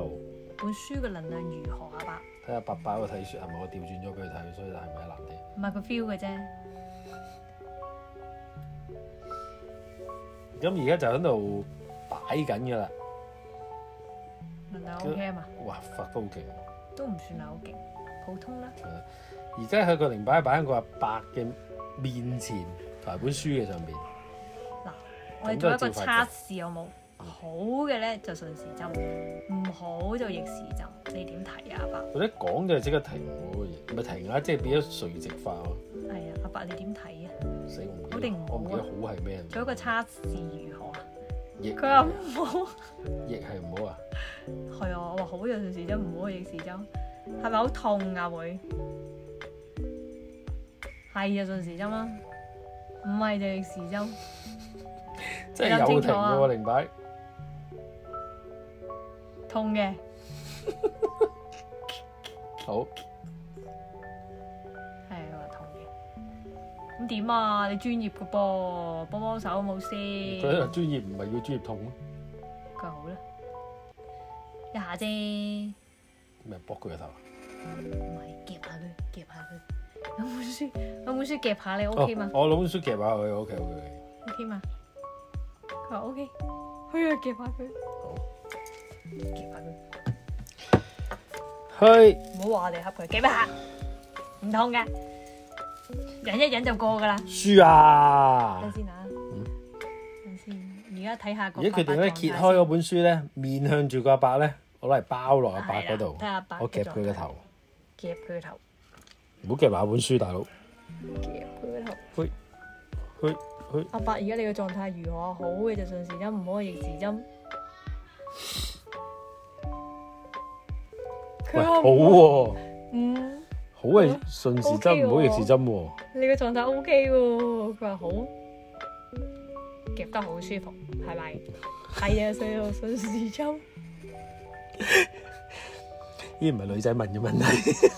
Speaker 2: 本書嘅能量如何啊？阿伯？
Speaker 1: 睇下伯伯喺度睇書係咪我調轉咗俾佢睇，所以係咪喺藍地？
Speaker 2: 唔係個 feel 嘅啫，
Speaker 1: 咁而家就喺度擺緊㗎啦，
Speaker 2: 能量 OK 啊嘛，
Speaker 1: 哇！發都好勁啊！
Speaker 2: 都唔算係好勁，普通啦。
Speaker 1: 而家佢個零擺擺喺個阿伯嘅面前同埋本書嘅上邊，
Speaker 2: 我哋做一個測試有冇？好嘅咧就順時針，唔好就逆時針。你點睇啊，阿伯？
Speaker 1: 佢一講就即刻停喎，唔係停啦，即係變咗垂直化喎。
Speaker 2: 係啊，阿伯你點睇啊？
Speaker 1: 死我唔記得
Speaker 2: 好定唔，好
Speaker 1: 我唔
Speaker 2: 啊
Speaker 1: 記得好係咩。
Speaker 2: 做一個測試如何啊？
Speaker 1: 逆
Speaker 2: 佢話唔好，
Speaker 1: 逆係唔好啊！
Speaker 2: 係啊，我話好就順時針，唔好就逆時針，係咪好痛啊？會係啊，順時針啦，唔係就逆時針。
Speaker 1: 即係有
Speaker 2: 有
Speaker 1: 停
Speaker 2: 正
Speaker 1: 嘅
Speaker 2: 確啊
Speaker 1: 喎零擺，
Speaker 2: 痛嘅，
Speaker 1: 好，
Speaker 2: 係話痛嘅。咁點啊？你專業嘅噃，幫幫手好冇先。
Speaker 1: 佢喺度專業唔係要專業痛咯，
Speaker 2: 佢好啦，一下啫，
Speaker 1: 咪搏佢個頭。
Speaker 2: 唔係夾下佢，夾下佢。有本書，有本書夾下你 OK 嘛
Speaker 1: 哦，我攞本書夾下佢，OK OK。
Speaker 2: ？OK 嘛？佢話 OK，佢又夾下佢，
Speaker 1: 好，
Speaker 2: 夾下佢，
Speaker 1: 去
Speaker 2: 唔好話我哋恰佢，夾一下，唔痛嘅，忍一忍就過㗎啦。
Speaker 1: 書啊！
Speaker 2: 等先啊，等先，而家睇下個
Speaker 1: 而家佢哋咧揭開嗰本書咧，面向住個阿伯咧，我攞嚟包落阿伯嗰度
Speaker 2: 係啦睇下阿伯，
Speaker 1: 我夾佢個頭，
Speaker 2: 夾佢個頭，
Speaker 1: 唔好夾埋本書，大佬。
Speaker 2: 夾佢個頭。
Speaker 1: 去去去，
Speaker 2: 阿伯，而家你嘅狀態如何？好嘅就順時針，唔好嘅逆時針。
Speaker 1: 喂，
Speaker 2: 佢
Speaker 1: 好
Speaker 2: 話唔
Speaker 1: 喎，
Speaker 2: 嗯，
Speaker 1: 好係順時針，唔好
Speaker 2: OK
Speaker 1: 逆
Speaker 2: 喎
Speaker 1: 時針喎。
Speaker 2: 你嘅狀態 O K 喎。佢話好，夾得好舒服，係咪？係啊，所以我順時針。
Speaker 1: 呢唔係女仔問嘅問 題，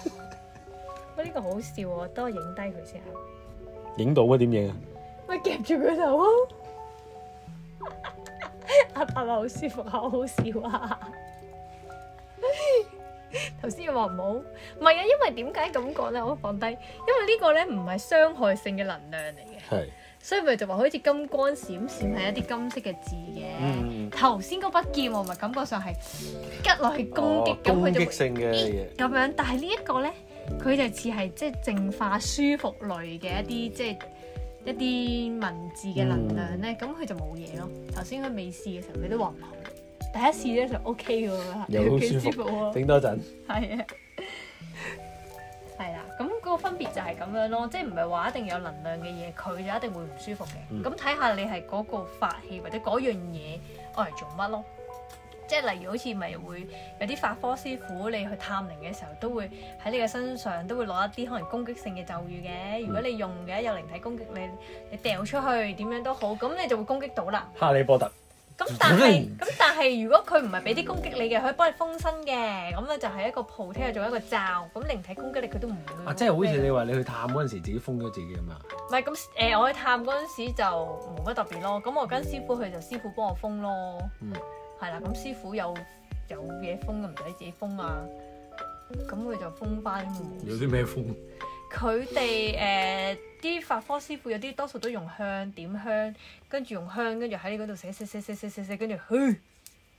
Speaker 2: 喂，呢個好笑喎，等我影低佢先啊。
Speaker 1: 影到咩點影啊？
Speaker 2: 喂，夾住佢頭啊！ 阿伯話好舒服啊，好好笑啊！ 頭先又話唔好，唔係啊，因為點解咁講咧？我放低，因為呢個咧唔係傷害性嘅能量嚟嘅，
Speaker 1: 係，
Speaker 2: 所以咪就話好似金光閃閃係一啲金色嘅字嘅。
Speaker 1: 嗯，
Speaker 2: 頭先嗰把劍我咪感覺上係吉落去攻擊
Speaker 1: 哦
Speaker 2: 咁，佢
Speaker 1: 攻
Speaker 2: 就會
Speaker 1: 擊性嘅嘢，
Speaker 2: 咁樣，但係呢一個咧，佢就似係即係淨化舒服類嘅一啲即係一啲文字嘅能量
Speaker 1: 嗯
Speaker 2: 咧，咁佢、就冇嘢咯。頭先佢未試嘅時候，佢都話唔好。第一次咧就 O K 嘅啦，
Speaker 1: 又好
Speaker 2: 幾
Speaker 1: 舒服
Speaker 2: 服喎，
Speaker 1: 整多陣。
Speaker 2: 係啊，係啦。啊咁嗰個分別就係咁樣咯，即係唔係話一定有能量嘅嘢，佢就一定會唔舒服嘅。
Speaker 1: 嗯
Speaker 2: 咁睇下你係嗰個法器或者嗰樣嘢我嚟做乜咯。即係例如好似咪會有啲法科師傅，你去探靈嘅時候都會喺你嘅身上都會攞一啲可能攻擊性嘅咒語嘅。如果你用嘅有靈體攻擊你，你掉出去點樣都好，咁你就會攻擊到啦。
Speaker 1: 哈利波特，
Speaker 2: 咁但係咁但係如果佢唔係俾啲攻擊你嘅，佢幫你封身嘅，咁咧就係一個鋪天做一個罩。咁靈體攻擊力佢都唔會。
Speaker 1: 啊，即係好似你話你去探嗰陣時，自己封咗自己咁啊。
Speaker 2: 唔係咁誒，我去探嗰陣時就冇乜特別咯。咁我跟師傅去就師傅幫我封咯。
Speaker 1: 嗯
Speaker 2: 係啦，咁師傅有有嘢封嘅，唔使自己封啊。咁佢就封翻冇
Speaker 1: 有啲咩封？
Speaker 2: 佢哋誒呃啲法科師傅有啲多數都用香點香，跟住用香，跟住喺你嗰度寫寫寫寫寫寫寫，跟住去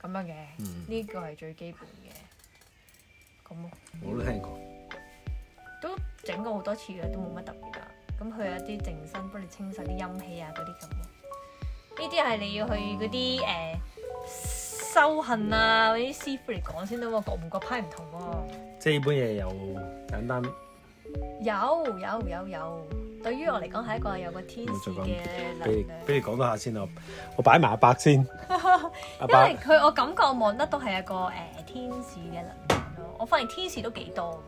Speaker 2: 咁樣嘅。
Speaker 1: 嗯
Speaker 2: 呢個係最基本嘅。咁咯
Speaker 1: 我都聽過。
Speaker 2: 都整過好多次嘅，都冇乜特別啦。咁佢有啲淨身幫你清晒啲陰氣啊嗰啲咁咯。呢啲係你要去嗰啲誒修行啊嗰啲師傅嚟講先得喎，各門各派唔同喎、
Speaker 1: 即係呢本嘢又簡單，
Speaker 2: 有有有有，對於我嚟講係一個有個天使嘅
Speaker 1: 俾
Speaker 2: 能
Speaker 1: 你
Speaker 2: 量。
Speaker 1: 俾嗯你講多下先啊。我擺埋阿伯 先，阿
Speaker 2: 因
Speaker 1: 伯
Speaker 2: 為佢我感覺我望得都係一個誒、呃天使嘅能量咯。我發現天使都幾多，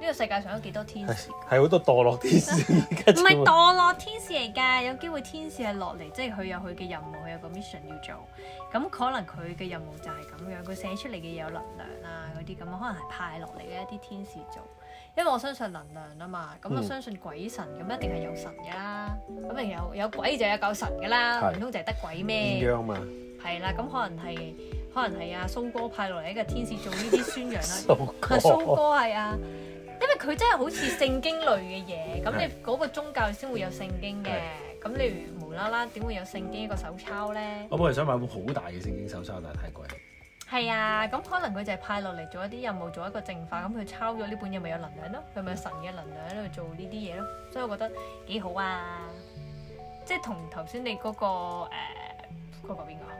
Speaker 2: 呢、個世界上有幾多天使？
Speaker 1: 係好多墮落啲 事，唔
Speaker 2: 唔係墮落天使嚟㗎，有機會天使係落嚟，即係佢有佢嘅任務，佢有個 mission 要做。咁可能佢嘅任務就係咁樣，佢寫出嚟嘅嘢有能量啊嗰啲咁，可能係派落嚟嘅一啲天使做。因為我相信能量啊嘛，咁我
Speaker 1: 嗯
Speaker 2: 相信鬼神咁一定係有神㗎啦，咁一定有有鬼就有嚿神㗎啦，
Speaker 1: 係
Speaker 2: 唔通就係得鬼
Speaker 1: 鴛
Speaker 2: 咩？
Speaker 1: 鴦嘛，
Speaker 2: 係啦，咁可能係可能係阿蘇哥派落嚟一個天使做呢啲宣揚啦。
Speaker 1: 蘇
Speaker 2: 啊，蘇
Speaker 1: 哥，
Speaker 2: 哥係啊，因為佢真係好似聖經類嘅嘢，咁
Speaker 1: 係
Speaker 2: 你嗰個宗教先會有聖經嘅，咁你無啦啦點會有聖經一個手抄咧？
Speaker 1: 我本來想買本好大嘅聖經手抄，但係太貴。
Speaker 2: 係啊，咁可能佢就係派落嚟做一啲任務，做一個淨化，咁佢抄咗呢本嘢咪有能量咯，佢咪有神嘅能量喺度做呢啲嘢咯，所以我覺得幾好啊！即係同頭先你嗰個誒嗰個邊個啊？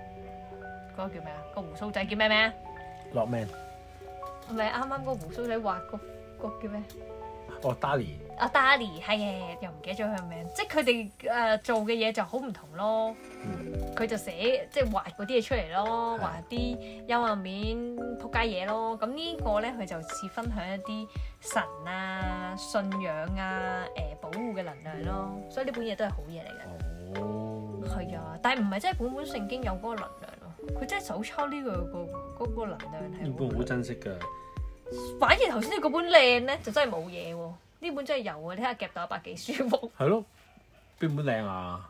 Speaker 2: 嗰個叫咩啊？個胡鬚仔叫咩名啊？
Speaker 1: 落 man，
Speaker 2: 唔係啱啱個胡鬚仔畫個個叫咩？
Speaker 1: 哦 Dali，
Speaker 2: 阿 Dali 哎係嘅，又唔記得咗佢名，即係佢哋呃誒做嘅嘢就好唔同咯。
Speaker 1: 嗯
Speaker 2: 佢就寫即係畫嗰啲嘢出嚟咯，
Speaker 1: 係
Speaker 2: 畫啲幽暗面撲街嘢咯。咁呢個咧佢就似分享一啲神啊、信仰啊、誒、保護嘅能量咯。所以呢本嘢都係好嘢嚟嘅。
Speaker 1: 哦，
Speaker 2: 係啊，但係唔係真係本本聖經有嗰個能量咯？佢真係手抄呢、個個嗰、個能量
Speaker 1: 呢
Speaker 2: 係好
Speaker 1: 本我好
Speaker 2: 強
Speaker 1: 珍惜㗎，
Speaker 2: 反而頭先你嗰本靚咧就真係冇嘢喎，呢本真係有啊！你睇下夾到一百幾舒服。
Speaker 1: 係咯，邊本靚啊？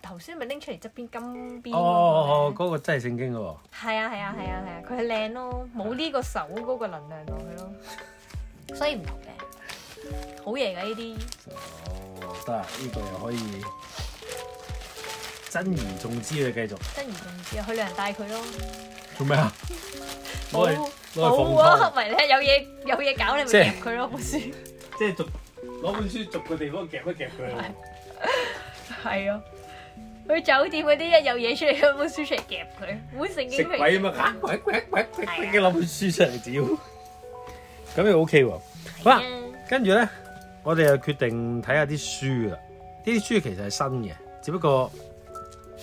Speaker 2: 頭先咪拎出嚟側邊金
Speaker 1: 哦
Speaker 2: 邊
Speaker 1: 哦
Speaker 2: 嗰
Speaker 1: 哦，
Speaker 2: 個咧
Speaker 1: 嗰個真係聖經嘅喎。
Speaker 2: 係啊係啊係啊係啊，佢係靚咯，冇呢個手嗰個能量落去咯，所以唔同嘅，好嘢㗎呢啲。
Speaker 1: 哦，得啊，呢個又可以珍而重之你繼續
Speaker 2: 真而重之啊！去旅行帶佢咯，
Speaker 1: 做咩啊？攞嚟
Speaker 2: 冇
Speaker 1: 攞嚟
Speaker 2: 冇啊！
Speaker 1: 放
Speaker 2: 黑迷咧有嘢有嘢搞，你咪
Speaker 1: 即係
Speaker 2: 夾佢咯，本書
Speaker 1: 即係逐攞本書逐個地方夾一夾佢。
Speaker 2: 係啊！去酒店嗰啲一有嘢出嚟，攞本書出嚟夾佢，本聖
Speaker 1: 食
Speaker 2: 經俾
Speaker 1: 鬼啊嘛，嚇鬼鬼鬼鬼鬼嘅攞本書出嚟屌，咁又 OK 喎。好啦，跟住咧，我哋又決定睇下啲書啦。呢啲書其實係新嘅，只不過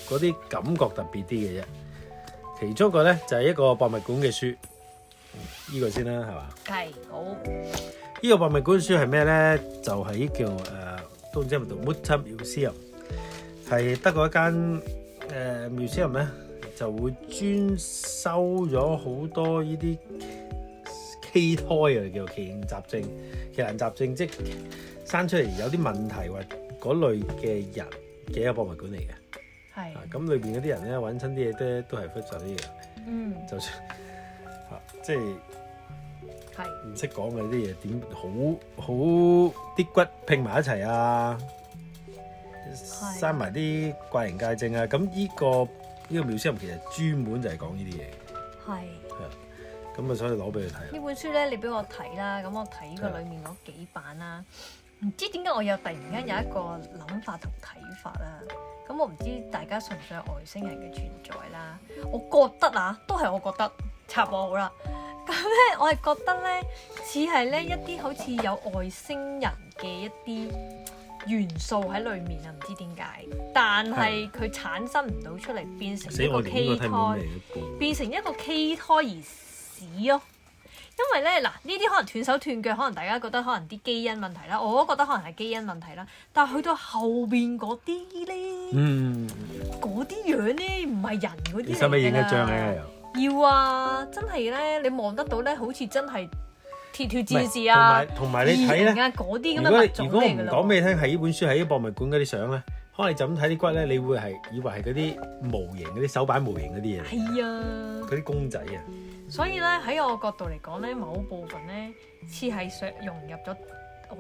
Speaker 1: 嗰啲感覺特別啲嘅啫。其中一個咧就係、一個博物館嘅書，嗯呢、個先啦，係嘛？
Speaker 2: 係好
Speaker 1: 呢個博物館書係咩咧？就係、呢叫誒、呃都唔知係咪讀 Mutter Museum，係德國一間誒、呃 museum 咧，就會專收咗好多呢啲畸胎啊，叫奇形雜症、奇難雜症，即係生出嚟有啲問題或嗰類嘅人嘅一個博物館嚟嘅。
Speaker 2: 係
Speaker 1: 啊，咁裏邊嗰啲人咧揾親啲嘢咧都係複雜啲嘢，
Speaker 2: 嗯
Speaker 1: 就算啊，即係。
Speaker 2: 係
Speaker 1: 唔識講嘅呢啲嘢點好好啲骨拼埋一齊啊，生埋啲怪形怪症啊，咁呢、個呢、個 museum 其實專門就係講呢啲嘢，
Speaker 2: 係
Speaker 1: 咁啊所以攞俾佢睇啦。
Speaker 2: 呢本書咧，你俾我睇啦，咁我睇過裡面嗰幾版啦，唔知點解我又突然間有一個諗法同睇法啦。咁我唔知大家信唔信外星人嘅存在啦。我覺得啊，都係我覺得插我好啦。咁咧，我係覺得咧，似係咧一啲好似有外星人嘅一啲元素喺裡面啊，唔知點解，但係佢產生唔到出嚟，變成
Speaker 1: 死
Speaker 2: 一個
Speaker 1: 我哋應
Speaker 2: 畸
Speaker 1: 該睇唔
Speaker 2: 胎
Speaker 1: 明。嘅
Speaker 2: 變成一個畸胎而死咯。因為咧嗱，呢啲可能斷手斷腳，可能大家覺得可能啲基因問題啦，我都覺得可能係基因問題啦。但係去到後邊嗰啲咧，
Speaker 1: 嗯，
Speaker 2: 嗰啲、樣咧唔係人嗰啲
Speaker 1: 你
Speaker 2: 嚟
Speaker 1: 使唔使影一
Speaker 2: 㗎啦
Speaker 1: 張咧？又
Speaker 2: 要啊，真係咧，你望得到咧，好似真係鐵血
Speaker 1: 唔係
Speaker 2: 戰士啊、
Speaker 1: 同埋同埋你睇
Speaker 2: 異形
Speaker 1: 咧，
Speaker 2: 啊嗰啲咁
Speaker 1: 如
Speaker 2: 嘅
Speaker 1: 果
Speaker 2: 物種
Speaker 1: 如果我唔
Speaker 2: 嚟㗎
Speaker 1: 講
Speaker 2: 咯。
Speaker 1: 俾你聽係呢本書係啲博物館嗰啲相咧，可能你就咁睇啲骨咧，你會係以為係嗰啲模型嗰啲手板模型嗰啲嘢嚟，
Speaker 2: 係啊。
Speaker 1: 嗰啲公仔啊，
Speaker 2: 所以咧喺我角度嚟講咧，某部分咧似係想融入咗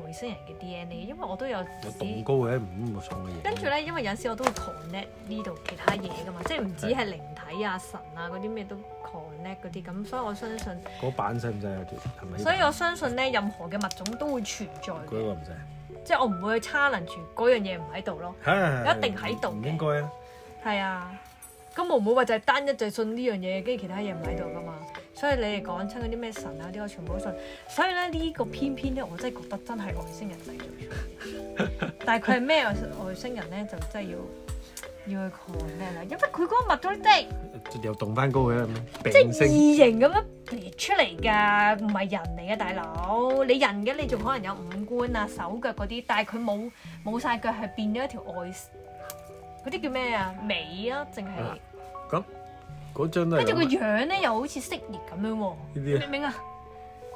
Speaker 2: 外星人嘅 DNA，因為我都有
Speaker 1: 有
Speaker 2: 自
Speaker 1: 棟
Speaker 2: 己。
Speaker 1: 高嘅唔咁重嘅嘢。
Speaker 2: 跟住咧，因為有陣時我都會 connect 呢度其他嘢噶嘛，即係唔止係靈體啊、神啊嗰啲咩都 connect 嗰啲咁，所以我相信，
Speaker 1: 嗰版使唔使啊？係咪呢版？
Speaker 2: 所以我相信咧，任何嘅物種都會存在
Speaker 1: 嗰個
Speaker 2: 嘅，
Speaker 1: 唔使，
Speaker 2: 即係我唔會去 challenge 住嗰樣嘢唔喺度咯，
Speaker 1: 一
Speaker 2: 一定喺度
Speaker 1: 唔
Speaker 2: 嘅
Speaker 1: 應該啊！
Speaker 2: 係啊。咁我唔會話就係單一就信呢樣嘢，跟住其他嘢唔喺度噶嘛。所以你哋講親嗰啲咩神啊嗰啲，我全部都信。所以咧呢、個偏偏咧，我真係覺得真係外星人製造出嚟。但係佢係咩外外星人咧，就真係要要去 connect 啦，因為佢嗰個物種真係。
Speaker 1: 又動翻高佢啦，
Speaker 2: 即係
Speaker 1: 病性
Speaker 2: 異形咁樣列出嚟㗎，唔係人嚟嘅大佬。你人嘅你仲可能有五官啊、手腳嗰啲，但係佢冇冇曬腳，係變咗一條外嗰啲叫咩啊尾啊，淨係
Speaker 1: 啊嗰張都係
Speaker 2: 跟住個
Speaker 1: 咁啊
Speaker 2: 樣咧又好似蜥蜴咁樣喎，
Speaker 1: 呢
Speaker 2: 你
Speaker 1: 啲
Speaker 2: 明唔明啊？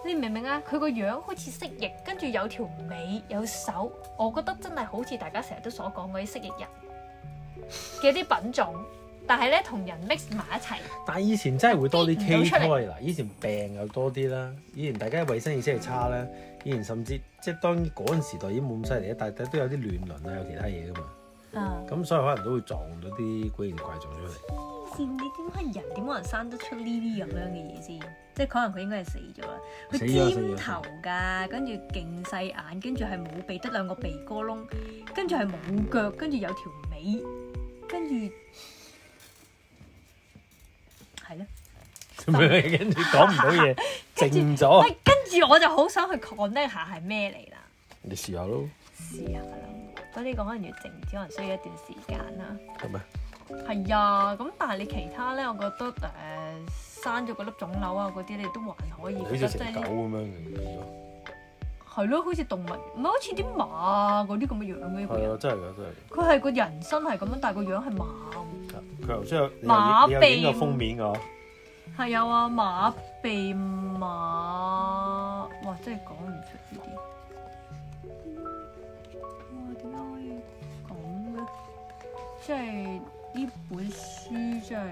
Speaker 2: 你明唔明啊？佢個樣好似蜥蜴，跟住有條尾有手，我覺得真係好似大家成日都所講嗰啲蜥蜴人嘅啲品種，但係咧同人 mix 埋一齊，
Speaker 1: 啊。但係以前真係會多啲
Speaker 2: 見唔到
Speaker 1: K
Speaker 2: 出
Speaker 1: 胎
Speaker 2: 嚟
Speaker 1: 嗱，以前病又多啲啦，以前大家衞生意識係差啦，以前甚至即係當然嗰陣時代已經冇咁犀利啦，但係都有啲亂倫啊，有其他嘢噶嘛，
Speaker 2: 嗯。
Speaker 1: 咁所以可能都會撞到啲鬼形怪狀出 嚟。
Speaker 2: 線你點解人點可能生得出呢啲咁樣嘅嘢先？即係可能佢應該係死咗啦，佢
Speaker 1: 死咗死
Speaker 2: 尖
Speaker 1: 咗
Speaker 2: 頭㗎，跟住勁細眼，跟住係冇鼻，得兩個鼻哥窿，跟住係冇腳，跟住有條尾，跟住係咯。
Speaker 1: 咁樣跟住講唔到嘢，
Speaker 2: 跟住
Speaker 1: 靜咗。
Speaker 2: 喂，跟住我就好想去 connect 下係咩嚟啦，
Speaker 1: 你試下咯，
Speaker 2: 試下啦。不過呢個可能要靜止，可能需要一段時間啦。
Speaker 1: 係咪？
Speaker 2: 係啊，咁但係你其他咧，我覺得誒、生咗嗰粒腫瘤啊嗰啲，你都還可以
Speaker 1: 好
Speaker 2: 覺得
Speaker 1: 似
Speaker 2: 即
Speaker 1: 成
Speaker 2: 係
Speaker 1: 狗
Speaker 2: 呢
Speaker 1: 咁 樣嘅變咗。
Speaker 2: 係咯，好似動物，唔係好似啲馬嗰啲咁嘅樣嘅一個
Speaker 1: 係
Speaker 2: 人。
Speaker 1: 啊，真係㗎，真係㗎。
Speaker 2: 佢係個人身係咁樣，但係個樣係馬。
Speaker 1: 佢頭先有你
Speaker 2: 馬
Speaker 1: 有影你有影
Speaker 2: 鼻
Speaker 1: 個封面㗎。
Speaker 2: 係有啊，馬鼻馬真係講唔出呢啲。哇！點解可以咁嘅？即係呢本書真係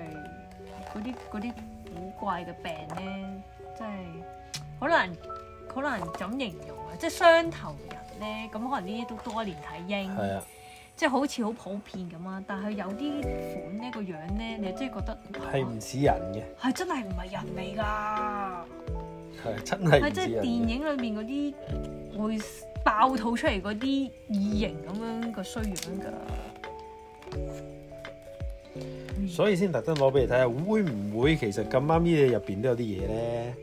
Speaker 2: 嗰啲嗰啲古怪嘅病咧，真係好難好難怎形容啊！即係雙頭人咧，咁可能呢啲都多年睇英。
Speaker 1: 係啊，
Speaker 2: 即係好似好普遍咁啊，但係有啲款呢個樣咧，你真係覺得
Speaker 1: 係唔似人嘅，
Speaker 2: 係真係唔係人嚟㗎，
Speaker 1: 啊係真係
Speaker 2: 係
Speaker 1: 唔
Speaker 2: 即
Speaker 1: 似
Speaker 2: 係
Speaker 1: 人
Speaker 2: 電
Speaker 1: 嘅。
Speaker 2: 影裏面嗰啲會爆肚出嚟嗰啲異形咁樣個衰樣㗎。
Speaker 1: 所以先特登攞俾你睇下，會唔會其實咁啱呢嘢入邊都有啲嘢咧？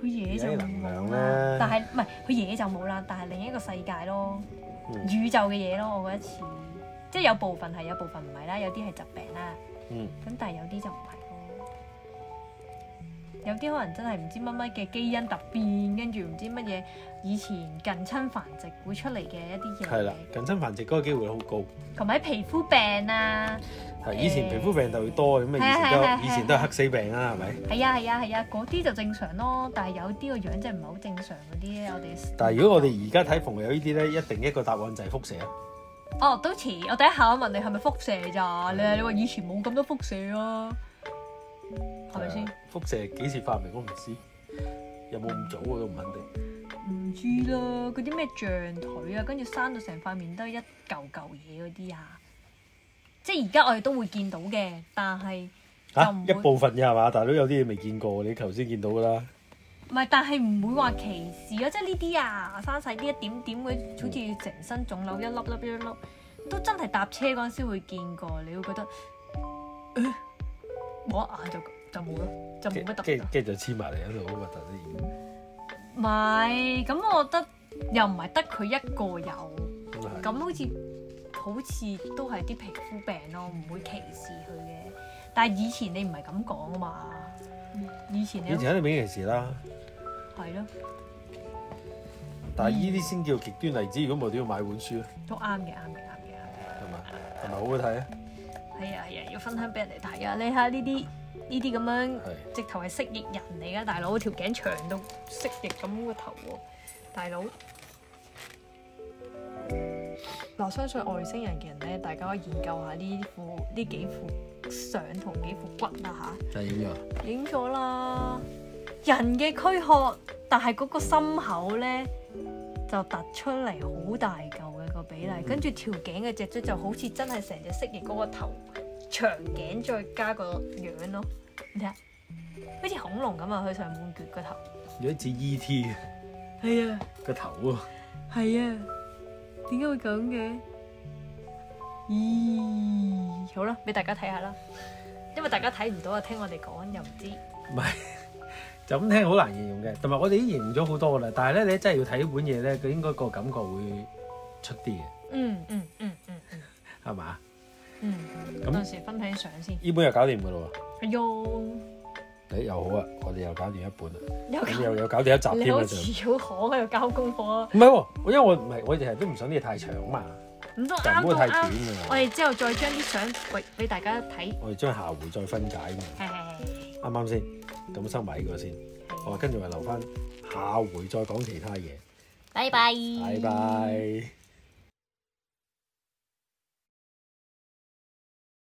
Speaker 2: 佢嘢就
Speaker 1: 而家啲能量
Speaker 2: 冇
Speaker 1: 呢
Speaker 2: 啦，但係唔係佢嘢就冇啦，但係另一個世界咯，
Speaker 1: 嗯
Speaker 2: 宇宙嘅嘢咯，我覺得似，即係有部分係，有部分唔係啦，有啲係疾病啦。
Speaker 1: 嗯，
Speaker 2: 咁但係有啲就唔係咯，有啲可能真係唔知乜乜嘅基因突變，跟住唔知乜嘢以前近親繁殖會出嚟嘅一啲
Speaker 1: 係啦
Speaker 2: 嘢，，
Speaker 1: 近親繁殖嗰個機會好高。
Speaker 2: 同埋皮膚病啊，
Speaker 1: 係以前皮膚病就會多咁
Speaker 2: 係啊係
Speaker 1: 啊，
Speaker 2: 啊
Speaker 1: 以前都以前都係黑死病啦，係咪？
Speaker 2: 係啊係啊係啊，嗰啲就正常咯，但係有啲個樣真係唔係好正常嗰啲咧，我哋
Speaker 1: 但係如果我哋而家睇逢有呢啲咧，一定一個答案就係輻射啊。
Speaker 2: 哦都似，我第一下問你係咪輻射咋？你話你話以前冇咁多輻射啊，係
Speaker 1: Dạ.
Speaker 2: 咪先？？
Speaker 1: 輻射幾時發明我唔知，有冇咁早我都唔肯定。
Speaker 2: 唔知啦，嗰啲咩象腿啊，跟住生到成塊面都係一嚿嚿嘢嗰啲啊，即係而家我哋都會見到嘅，但係就
Speaker 1: 嚇
Speaker 2: 唔
Speaker 1: 一
Speaker 2: 會
Speaker 1: 部分嘅係嘛？大佬有啲嘢未見過，你頭先見到㗎啦。
Speaker 2: 唔係，但係唔會話歧視咯，即係呢啲啊，生晒呢一點點嘅，好似成身腫瘤一粒粒一粒，都真係搭車嗰陣時會見過，你會覺得，呃摸一眼就就冇啦，就冇乜特別啊
Speaker 1: 跟
Speaker 2: 啦。
Speaker 1: 跟住就黐埋嚟喺度，好核突啲。
Speaker 2: 唔係，咁我覺得又唔係得佢一個有。
Speaker 1: 咁啊係
Speaker 2: 咁好似好似都係啲皮膚病咯，唔會歧視佢嘅。但係以前你唔係咁講啊嘛，以前你
Speaker 1: 以前肯定俾歧視啦，
Speaker 2: 係咯，
Speaker 1: 但
Speaker 2: 嗯
Speaker 1: 係呢啲先叫極端例子。如果唔係都要買本書啊，
Speaker 2: 都啱嘅，啱嘅，啱嘅，啱
Speaker 1: 係嘛？同埋好好睇啊，
Speaker 2: 嘅。係啊係啊，要分享俾人哋睇啊！你睇下呢啲呢啲咁樣，
Speaker 1: 係。
Speaker 2: 直頭係蜥蜴人嚟噶，大佬條頸長到蜥蜴咁個頭喎，大佬。
Speaker 4: 嗱，相信外星人嘅人咧，大家可以研究下呢副呢幾副相同幾副
Speaker 2: 啊
Speaker 4: 骨啦嚇。
Speaker 1: 就係咁樣。
Speaker 4: 影咗啦，
Speaker 2: 人嘅軀殼，但係嗰個心口咧就突出嚟好大嚿嘅個比例，跟住條頸嘅脊椎就好似真係成隻蜥蜴嗰個頭長頸，再加個樣咯。你睇下，好似恐龍咁啊！佢上半橛個頭。
Speaker 1: 有一似 E.T. 嘅
Speaker 2: 係啊，
Speaker 1: 個頭啊，
Speaker 2: 係啊，點解會咁嘅？咦，好啦，俾大家睇下啦，因為大家睇唔到啊，聽我哋講又唔知。
Speaker 1: 唔係就咁聽好難形容嘅。同埋我哋已經形容咗好多噶啦，但係咧你真係要睇呢本嘢咧，佢應該個感覺會出啲嘅，
Speaker 2: 嗯嗯嗯嗯嗯
Speaker 1: 係嘛？
Speaker 2: 嗯，
Speaker 1: 咁
Speaker 2: 到時分享相先。
Speaker 1: 呢 E 本又搞掂噶咯
Speaker 2: 哎呦！
Speaker 1: 喎，你又好啊，我哋又搞掂一 本啦，
Speaker 2: 有
Speaker 1: 咁又又搞掂一集
Speaker 2: 你
Speaker 1: 添
Speaker 2: 好
Speaker 1: 啦
Speaker 2: 似
Speaker 1: 就。
Speaker 2: 好行喺度交功課啊，
Speaker 1: 唔係喎，因為我唔係我哋係都唔想啲嘢太長啊嘛，
Speaker 2: 唔通
Speaker 1: 就唔
Speaker 2: 啱
Speaker 1: 好
Speaker 2: 到
Speaker 1: 太短
Speaker 2: 啱。
Speaker 1: 啊
Speaker 2: 我
Speaker 1: 嘛。
Speaker 2: 哋之後再將啲相喂俾大家睇，
Speaker 1: 我哋將下回再分解啊
Speaker 2: 係係係
Speaker 1: 嘛，啱啱先？咁收埋呢個先，啊我話跟住咪留翻下回再講其他嘢。
Speaker 2: 拜拜，
Speaker 1: 拜拜。